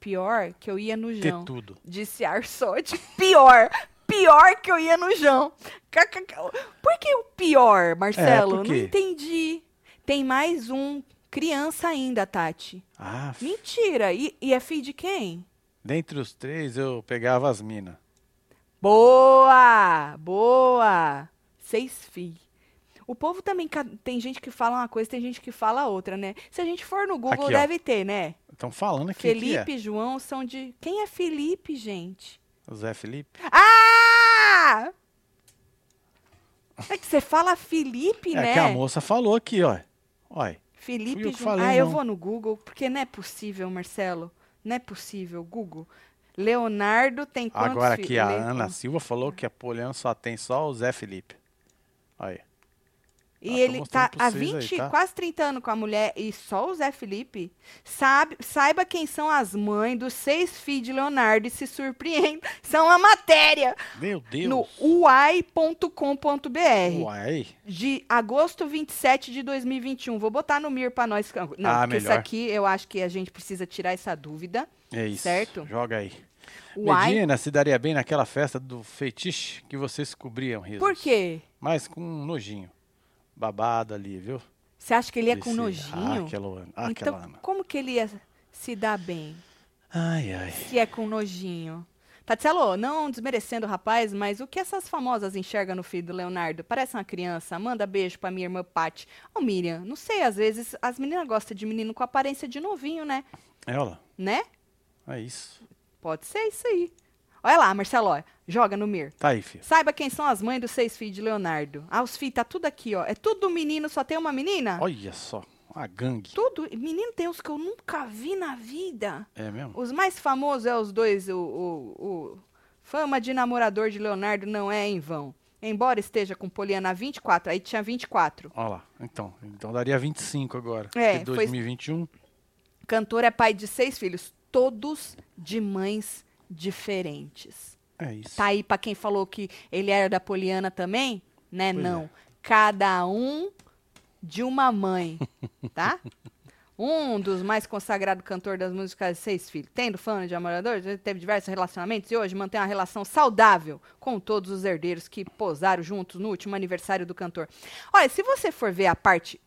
[SPEAKER 1] Pior que eu ia no Jão.
[SPEAKER 2] Ter tudo.
[SPEAKER 1] Disse Arsote. (laughs) Pior, pior que eu ia no Jão. KKK. Por que o pior, Marcelo?
[SPEAKER 2] É, por
[SPEAKER 1] Não
[SPEAKER 2] quê?
[SPEAKER 1] entendi. Tem mais um. Criança ainda, Tati.
[SPEAKER 2] Ah, f-
[SPEAKER 1] Mentira. E, e é filho de quem?
[SPEAKER 2] dentre os três eu pegava as minas.
[SPEAKER 1] Boa! Boa! Seis fi. O povo também ca- tem gente que fala uma coisa, tem gente que fala outra, né? Se a gente for no Google,
[SPEAKER 2] Aqui, ó.
[SPEAKER 1] deve ter, né?
[SPEAKER 2] Estão falando aqui.
[SPEAKER 1] Felipe
[SPEAKER 2] Que
[SPEAKER 1] e João são de. Quem é Felipe, gente?
[SPEAKER 2] é? O Zé Felipe.
[SPEAKER 1] Ah! É que você fala Felipe,
[SPEAKER 2] é
[SPEAKER 1] né?
[SPEAKER 2] que a moça falou aqui, ó. Olha.
[SPEAKER 1] Felipe
[SPEAKER 2] Fui eu
[SPEAKER 1] Ju-
[SPEAKER 2] que falei,
[SPEAKER 1] Ah, eu
[SPEAKER 2] não.
[SPEAKER 1] vou no Google, porque não é possível, Marcelo. Não é possível. Google. Leonardo tem quantos
[SPEAKER 2] Agora
[SPEAKER 1] fi-
[SPEAKER 2] aqui a
[SPEAKER 1] Le-
[SPEAKER 2] Ana Silva falou que a Poliana só tem só o Zé Felipe. Olha.
[SPEAKER 1] E
[SPEAKER 2] Ah, tô
[SPEAKER 1] ele
[SPEAKER 2] mostrando
[SPEAKER 1] tá
[SPEAKER 2] pra
[SPEAKER 1] há
[SPEAKER 2] vocês aí,
[SPEAKER 1] 20,
[SPEAKER 2] tá?
[SPEAKER 1] quase 30 anos com a mulher e só o Zé Felipe sabe, saiba quem são as mães dos seis filhos de Leonardo e se surpreenda. (laughs) São a matéria
[SPEAKER 2] Meu Deus.
[SPEAKER 1] no uai.com.br
[SPEAKER 2] Uai.
[SPEAKER 1] de agosto 27 de 2021. Vou botar no Mir pra nós. Não, porque
[SPEAKER 2] Ah,
[SPEAKER 1] isso
[SPEAKER 2] melhor.
[SPEAKER 1] aqui eu acho que a gente precisa tirar essa dúvida.
[SPEAKER 2] É isso.
[SPEAKER 1] Certo?
[SPEAKER 2] Joga aí.
[SPEAKER 1] Uai.
[SPEAKER 2] Medina se daria bem naquela festa do feitiço que vocês cobriam, risos.
[SPEAKER 1] Por quê?
[SPEAKER 2] Mas com um nojinho. Babado ali, viu?
[SPEAKER 1] Você acha que ele é com
[SPEAKER 2] Desse-
[SPEAKER 1] nojinho?
[SPEAKER 2] Ah, aquela Ana. Ah,
[SPEAKER 1] então,
[SPEAKER 2] aquela Ana.
[SPEAKER 1] como que ele ia se dar bem?
[SPEAKER 2] Ai, ai.
[SPEAKER 1] que é com nojinho. Tatielo, não desmerecendo o rapaz, mas o que essas famosas enxergam no filho do Leonardo? Parece uma criança. Manda beijo pra minha irmã Pati. Ô, Miriam, não sei, às vezes as meninas gostam de menino com aparência de novinho, né?
[SPEAKER 2] É, olha lá.
[SPEAKER 1] Né?
[SPEAKER 2] É isso.
[SPEAKER 1] Pode ser isso aí. Olha lá, Marcelo, ó, joga no Mir.
[SPEAKER 2] Tá aí, filho.
[SPEAKER 1] Saiba quem são as mães dos seis filhos de Leonardo. Ah, os filhos, tá tudo aqui, ó. É tudo menino, só tem uma menina?
[SPEAKER 2] Olha só. Uma gangue.
[SPEAKER 1] Tudo. Menino tem uns que eu nunca vi na vida.
[SPEAKER 2] É mesmo?
[SPEAKER 1] Os mais famosos é os dois, o, o- o- fama de namorador de Leonardo não é em vão. Embora esteja com Poliana há 24, aí tinha 24.
[SPEAKER 2] Olha lá. Então, então daria 25 agora.
[SPEAKER 1] É,
[SPEAKER 2] Porque
[SPEAKER 1] foi-
[SPEAKER 2] 2021.
[SPEAKER 1] Cantor é pai de seis filhos, todos de mães diferentes.
[SPEAKER 2] É isso.
[SPEAKER 1] Tá aí pra quem falou que ele era da Poliana também, né?
[SPEAKER 2] Pois é.
[SPEAKER 1] não. Cada um de uma mãe,
[SPEAKER 2] (laughs)
[SPEAKER 1] tá? Um dos mais consagrados cantor das músicas Seis Filhos. Tendo fã de namoradores, ele teve diversos relacionamentos e hoje mantém uma relação saudável com todos os herdeiros que posaram juntos no último aniversário do cantor. Olha, se você for ver a parte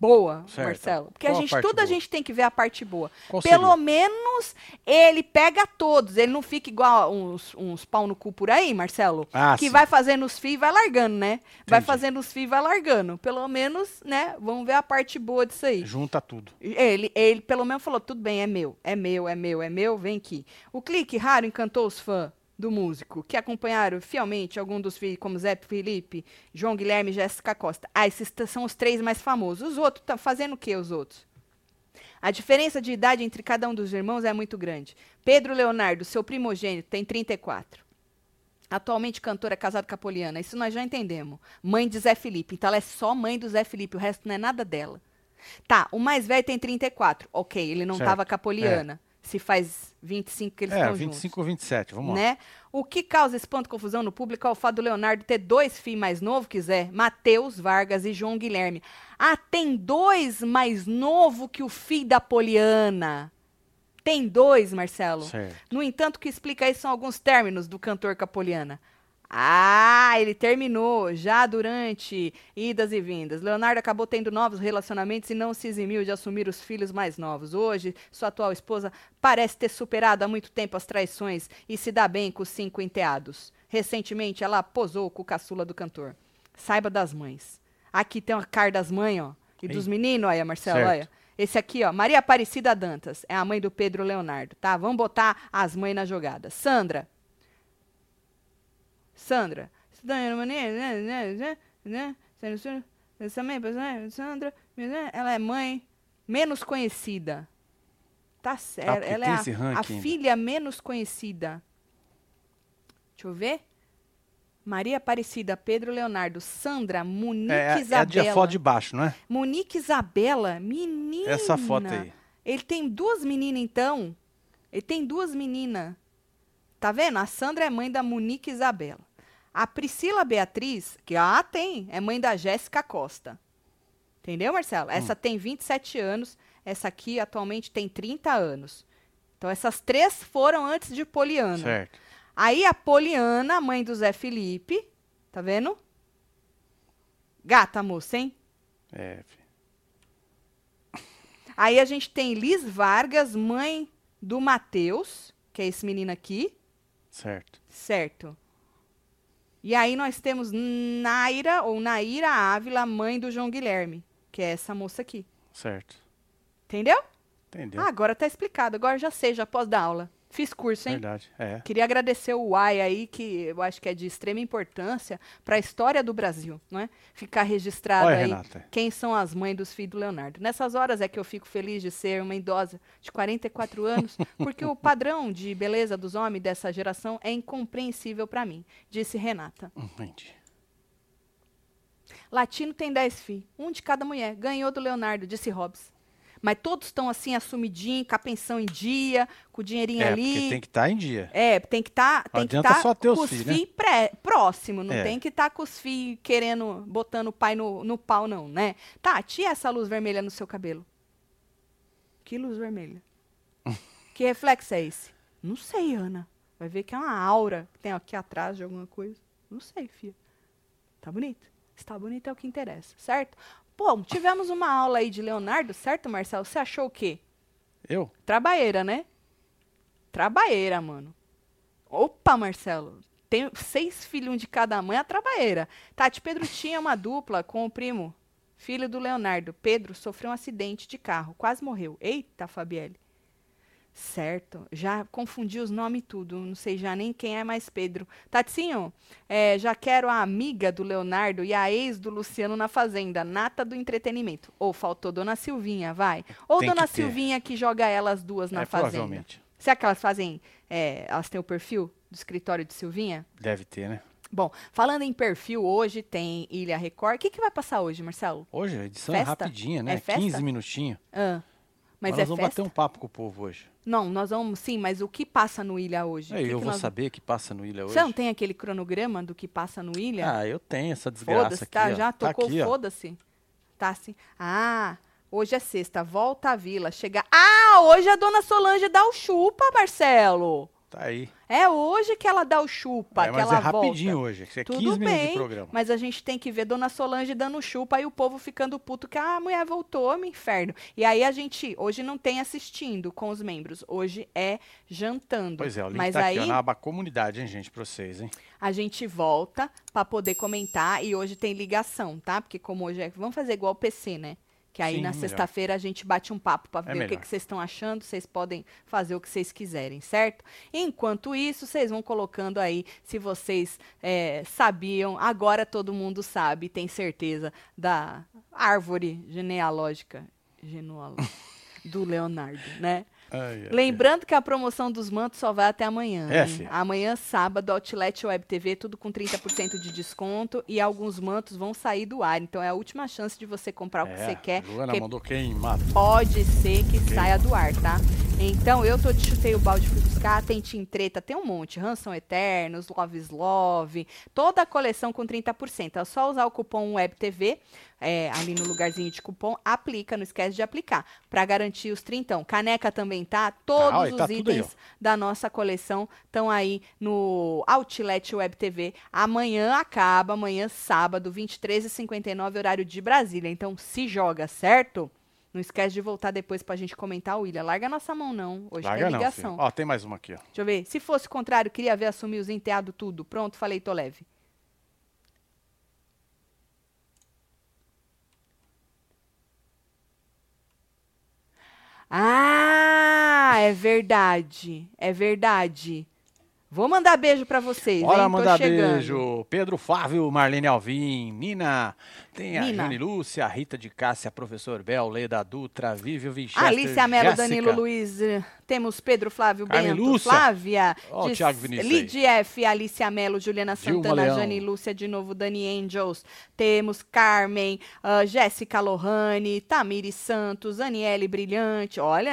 [SPEAKER 1] boa,
[SPEAKER 2] Certo.
[SPEAKER 1] Marcelo, porque
[SPEAKER 2] Qual
[SPEAKER 1] a
[SPEAKER 2] a
[SPEAKER 1] gente,
[SPEAKER 2] parte
[SPEAKER 1] tudo a
[SPEAKER 2] boa?
[SPEAKER 1] gente tem que ver a parte boa.
[SPEAKER 2] Qual
[SPEAKER 1] Pelo
[SPEAKER 2] seria?
[SPEAKER 1] menos ele pega todos. Ele não fica igual a uns, uns pau no cu por aí, Marcelo.
[SPEAKER 2] Ah,
[SPEAKER 1] que
[SPEAKER 2] sim.
[SPEAKER 1] vai fazendo os fios e vai largando, né? Vai
[SPEAKER 2] Entendi.
[SPEAKER 1] fazendo os fios e vai largando. Pelo menos, né? Vamos ver a parte boa disso aí.
[SPEAKER 2] Junta tudo.
[SPEAKER 1] Ele, ele pelo menos falou: tudo bem, é meu, é meu, é meu, é meu, vem aqui. O clique raro encantou os fãs do músico, que acompanharam fielmente algum dos filhos, como Zé Felipe, João Guilherme e Jéssica Costa. Ah, esses t- são os três mais famosos. Os outros estão fazendo o que, os outros? A diferença de idade entre cada um dos irmãos é muito grande. Pedro Leonardo, seu primogênito, tem 34. Atualmente cantora casada com a Poliana, isso nós já entendemos. Mãe de Zé Felipe, então ela é só mãe do Zé Felipe, o resto não é nada dela. Tá, o mais velho tem 34. Ok, ele não
[SPEAKER 2] Certo.
[SPEAKER 1] estava com a Poliana. Se faz 25 que eles
[SPEAKER 2] é,
[SPEAKER 1] estão
[SPEAKER 2] 25 ou 27. Vamos
[SPEAKER 1] juntos.
[SPEAKER 2] lá.
[SPEAKER 1] Né? O que causa espanto e confusão no público é o fato do Leonardo ter dois filhos mais novos, que Zé, Matheus Vargas e João Guilherme. Ah, tem dois mais novo que o filho da Poliana. Tem dois, Marcelo.
[SPEAKER 2] Certo.
[SPEAKER 1] No entanto, o que explica isso são alguns términos do cantor Capoliana. Ah, ele terminou já durante idas e vindas. Leonardo acabou tendo novos relacionamentos e não se eximiu de assumir os filhos mais novos. Hoje, sua atual esposa parece ter superado há muito tempo as traições e se dá bem com os cinco enteados. Recentemente, ela posou com o caçula do cantor. Saiba das mães. Aqui tem uma cara das mães, ó. E dos
[SPEAKER 2] Ei.
[SPEAKER 1] meninos, olha, Marcelo,
[SPEAKER 2] Certo.
[SPEAKER 1] olha. Esse aqui, ó, Maria Aparecida Dantas, é a mãe do Pedro Leonardo, tá? Vamos botar as mães na jogada. Sandra. Sandra. Sandra, ela é mãe menos conhecida. Tá
[SPEAKER 2] Ah,
[SPEAKER 1] certo.
[SPEAKER 2] porque
[SPEAKER 1] Ela é
[SPEAKER 2] tem
[SPEAKER 1] a,
[SPEAKER 2] esse
[SPEAKER 1] a
[SPEAKER 2] ranking ainda.
[SPEAKER 1] filha menos conhecida. Deixa eu ver. Maria Aparecida, Pedro Leonardo, Sandra, Monique
[SPEAKER 2] É, é a de
[SPEAKER 1] Isabela.
[SPEAKER 2] a foto de baixo, não é?
[SPEAKER 1] Monique Isabela, menina.
[SPEAKER 2] Essa foto aí.
[SPEAKER 1] Ele tem duas meninas, então. Ele tem duas meninas. Tá vendo? A Sandra é mãe da Monique Isabela. A Priscila Beatriz, que ah, tem, é mãe da Jéssica Costa. Entendeu, Marcelo?
[SPEAKER 2] Hum.
[SPEAKER 1] Essa tem 27 anos, essa aqui atualmente tem 30 anos. Então essas três foram antes de Poliana.
[SPEAKER 2] Certo.
[SPEAKER 1] Aí a Poliana, mãe do Zé Felipe, tá vendo? Gata moça, hein?
[SPEAKER 2] É, filho.
[SPEAKER 1] Aí a gente tem Liz Vargas, mãe do Matheus, que é esse menino aqui,
[SPEAKER 2] certo.
[SPEAKER 1] certo? E aí nós temos Naira ou Naira Ávila, mãe do João Guilherme, que é essa moça aqui.
[SPEAKER 2] Certo.
[SPEAKER 1] Entendeu?
[SPEAKER 2] Entendeu?
[SPEAKER 1] Ah, agora tá explicado, agora já sei, já posso dar aula. Fiz curso, hein?
[SPEAKER 2] Verdade. É.
[SPEAKER 1] Queria agradecer o UAI aí, que eu acho que é de extrema importância para a história do Brasil, não é? Ficar registrado
[SPEAKER 2] Olha,
[SPEAKER 1] aí
[SPEAKER 2] Renata.
[SPEAKER 1] quem são as mães dos filhos do Leonardo. Nessas horas é que eu fico feliz de ser uma idosa de 44 anos, porque o padrão de beleza dos homens dessa geração é incompreensível para mim, disse Renata.
[SPEAKER 2] Hum, Entendi.
[SPEAKER 1] Latino tem 10 filhos, um de cada mulher. Ganhou do Leonardo, disse Hobbes. Mas todos estão assim, assumidinhos, com a pensão em dia, com o dinheirinho
[SPEAKER 2] É,
[SPEAKER 1] ali.
[SPEAKER 2] porque tem que estar em dia.
[SPEAKER 1] É, tem que estar tem que
[SPEAKER 2] Adianta
[SPEAKER 1] tá
[SPEAKER 2] só ter os
[SPEAKER 1] com os
[SPEAKER 2] filhos, né?
[SPEAKER 1] filhos pré- próximo, não
[SPEAKER 2] É.
[SPEAKER 1] tem que estar com os filhos querendo, botando o pai no, no pau, não, né? Tá, tira essa luz vermelha no seu cabelo. Que luz
[SPEAKER 2] (laughs)
[SPEAKER 1] vermelha? que reflexo é esse? Não sei, Ana. Vai ver que é uma aura que tem aqui atrás de alguma coisa. Não sei, filha. Tá bonito? Se tá bonito é o que interessa, certo? Bom, tivemos uma aula aí de Leonardo, certo, Marcelo? Você achou o quê?
[SPEAKER 2] Eu?
[SPEAKER 1] Trabalheira, né? Trabalheira, mano. Opa, Marcelo. Tenho seis filhos, um de cada mãe, a trabalheira. Tati Pedro tinha uma dupla com o primo, filho do Leonardo. Pedro sofreu um acidente de carro, quase morreu. Eita, Fabielle. Certo, já confundi os nomes e tudo, não sei já nem quem é mais Pedro. Tatinho, é, já quero a amiga do Leonardo e a ex do Luciano na Fazenda, nata do entretenimento. Ou faltou Dona Silvinha, vai. Ou
[SPEAKER 2] Tem que
[SPEAKER 1] Dona
[SPEAKER 2] ter.
[SPEAKER 1] Silvinha que joga elas duas na
[SPEAKER 2] é,
[SPEAKER 1] Fazenda.
[SPEAKER 2] provavelmente.
[SPEAKER 1] Será que elas fazem, é, elas têm o perfil do escritório de Silvinha?
[SPEAKER 2] Deve ter, né?
[SPEAKER 1] Bom, falando em perfil, hoje tem Ilha Record. O que, que vai passar hoje, Marcelo?
[SPEAKER 2] Hoje, a edição é
[SPEAKER 1] Festa?
[SPEAKER 2] rapidinha, né?
[SPEAKER 1] É festa?
[SPEAKER 2] 15 minutinhos.
[SPEAKER 1] Ah, mas
[SPEAKER 2] Mas
[SPEAKER 1] é
[SPEAKER 2] nós vamos
[SPEAKER 1] festa?
[SPEAKER 2] bater um papo com o povo hoje.
[SPEAKER 1] Não, nós vamos, sim, mas o que passa no Ilha hoje? O
[SPEAKER 2] Aí,
[SPEAKER 1] que
[SPEAKER 2] É, eu
[SPEAKER 1] que
[SPEAKER 2] vou
[SPEAKER 1] nós-
[SPEAKER 2] saber que passa no Ilha hoje.
[SPEAKER 1] Você não tem aquele cronograma do que passa no Ilha?
[SPEAKER 2] Ah, eu tenho essa desgraça
[SPEAKER 1] foda-se,
[SPEAKER 2] aqui.
[SPEAKER 1] tá?
[SPEAKER 2] ó.
[SPEAKER 1] Já
[SPEAKER 2] Tá
[SPEAKER 1] tocou,
[SPEAKER 2] aqui, ó.
[SPEAKER 1] foda-se. Tá assim. Ah, hoje é sexta, volta à vila, chega. Ah, hoje a dona Solange dá o chupa, Marcelo.
[SPEAKER 2] Tá aí.
[SPEAKER 1] É hoje que ela dá o chupa,
[SPEAKER 2] É,
[SPEAKER 1] que
[SPEAKER 2] mas
[SPEAKER 1] ela
[SPEAKER 2] é rapidinho
[SPEAKER 1] volta.
[SPEAKER 2] hoje. É 15
[SPEAKER 1] Tudo
[SPEAKER 2] minutos de
[SPEAKER 1] bem,
[SPEAKER 2] programa.
[SPEAKER 1] mas a gente tem que ver Dona Solange dando chupa e o povo ficando puto que "Ah, a mulher voltou, meu inferno. E aí a gente, hoje não tem assistindo com os membros, hoje é jantando.
[SPEAKER 2] Pois é, o link
[SPEAKER 1] mas
[SPEAKER 2] tá
[SPEAKER 1] aí,
[SPEAKER 2] aqui ó, na aba comunidade, hein, gente, pra vocês, hein?
[SPEAKER 1] a gente volta pra poder comentar e hoje tem ligação, tá? Porque como hoje é, vamos fazer igual o PC, né? Que aí
[SPEAKER 2] Sim,
[SPEAKER 1] na
[SPEAKER 2] melhor. É
[SPEAKER 1] sexta-feira a gente bate um papo pra ver o que
[SPEAKER 2] melhor.
[SPEAKER 1] que vocês estão achando, vocês podem fazer o que vocês quiserem, certo? Enquanto isso, vocês vão colocando aí se vocês é, sabiam, agora todo mundo sabe, tem certeza da árvore genealógica, genealógica (laughs) do Leonardo, né?
[SPEAKER 2] Ai, ai,
[SPEAKER 1] Lembrando que a promoção dos mantos só vai até amanhã.
[SPEAKER 2] É,
[SPEAKER 1] hein?
[SPEAKER 2] filho.
[SPEAKER 1] Amanhã, sábado, Outlet Web TV, tudo com 30% de desconto. E alguns mantos vão sair do ar. Então é a última chance de você comprar o que
[SPEAKER 2] É,
[SPEAKER 1] você quer.
[SPEAKER 2] Luana
[SPEAKER 1] porque
[SPEAKER 2] mandou queimado.
[SPEAKER 1] pode ser que saia do ar, tá? Então eu tô de chutei o balde, fui buscar, tem Team Treta, tem um monte. Ransom Eternos, Love is Love, toda a coleção com 30%. É só usar o cupom WebTV, é, ali no lugarzinho de cupom, aplica, não esquece de aplicar, para garantir os 30. Caneca também tá, todos
[SPEAKER 2] Tá, ó, e tá
[SPEAKER 1] os
[SPEAKER 2] tudo aí,
[SPEAKER 1] itens
[SPEAKER 2] ó.
[SPEAKER 1] da nossa coleção estão aí no Outlet Web TV. Amanhã acaba, amanhã sábado, 23h59, horário de Brasília. Então se joga, certo? Não esquece de voltar depois pra gente comentar, William. Larga nossa mão, não. Hoje
[SPEAKER 2] Larga
[SPEAKER 1] tem
[SPEAKER 2] não,
[SPEAKER 1] ligação.
[SPEAKER 2] filho. Ó, tem mais uma aqui, ó.
[SPEAKER 1] Deixa eu ver. Se fosse o contrário, queria ver assumir os enteados tudo. Pronto, falei, tô leve. Ah, é verdade. É verdade. Vou mandar beijo pra vocês,
[SPEAKER 2] Bora
[SPEAKER 1] hein?
[SPEAKER 2] mandar
[SPEAKER 1] tô chegando.
[SPEAKER 2] beijo. Pedro Flávio, Marlene Alvim, Nina, tem a
[SPEAKER 1] Nina.
[SPEAKER 2] Jane Lúcia, a Rita de Cássia, professor Bel, Leda Dutra, Vívio Winchester,
[SPEAKER 1] Alice Amelo,
[SPEAKER 2] Jéssica.
[SPEAKER 1] Danilo Luiz, eh, temos Pedro Flávio
[SPEAKER 2] Carmen
[SPEAKER 1] Bento,
[SPEAKER 2] Lúcia.
[SPEAKER 1] Flávia,
[SPEAKER 2] Ó, o
[SPEAKER 1] diz-
[SPEAKER 2] Thiago Vinícius aí.
[SPEAKER 1] Lid F, Alice Amelo, Juliana
[SPEAKER 2] Dilma
[SPEAKER 1] Santana,
[SPEAKER 2] Leão.
[SPEAKER 1] Jane Lúcia, de novo Dani Angels, temos Carmen, ah, Jéssica Lohane, Tamiri Santos, Aniele Brilhante, olha,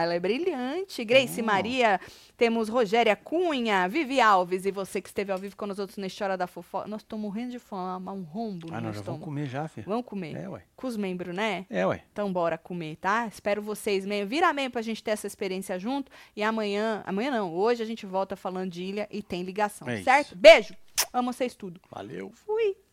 [SPEAKER 1] ela é brilhante,
[SPEAKER 2] Hum.
[SPEAKER 1] Grace Maria, temos Rogéria Cunha, Vivi Alves e você que esteve ao vivo com nós outros neste Hora da Fofoca. Nós estamos morrendo de fome, há um rombo no
[SPEAKER 2] Ah,
[SPEAKER 1] meu
[SPEAKER 2] não, já vamos
[SPEAKER 1] estômago.
[SPEAKER 2] comer já, filho.
[SPEAKER 1] Vamos comer.
[SPEAKER 2] É, ué.
[SPEAKER 1] Com os membros, né?
[SPEAKER 2] É, ué.
[SPEAKER 1] Então bora comer, tá? Espero vocês meio. Vira meio pra gente ter essa experiência junto. E amanhã, amanhã não, hoje a gente volta falando de ilha e tem ligação,
[SPEAKER 2] É isso.
[SPEAKER 1] certo? Beijo! Amo vocês tudo.
[SPEAKER 2] Valeu.
[SPEAKER 1] Fui!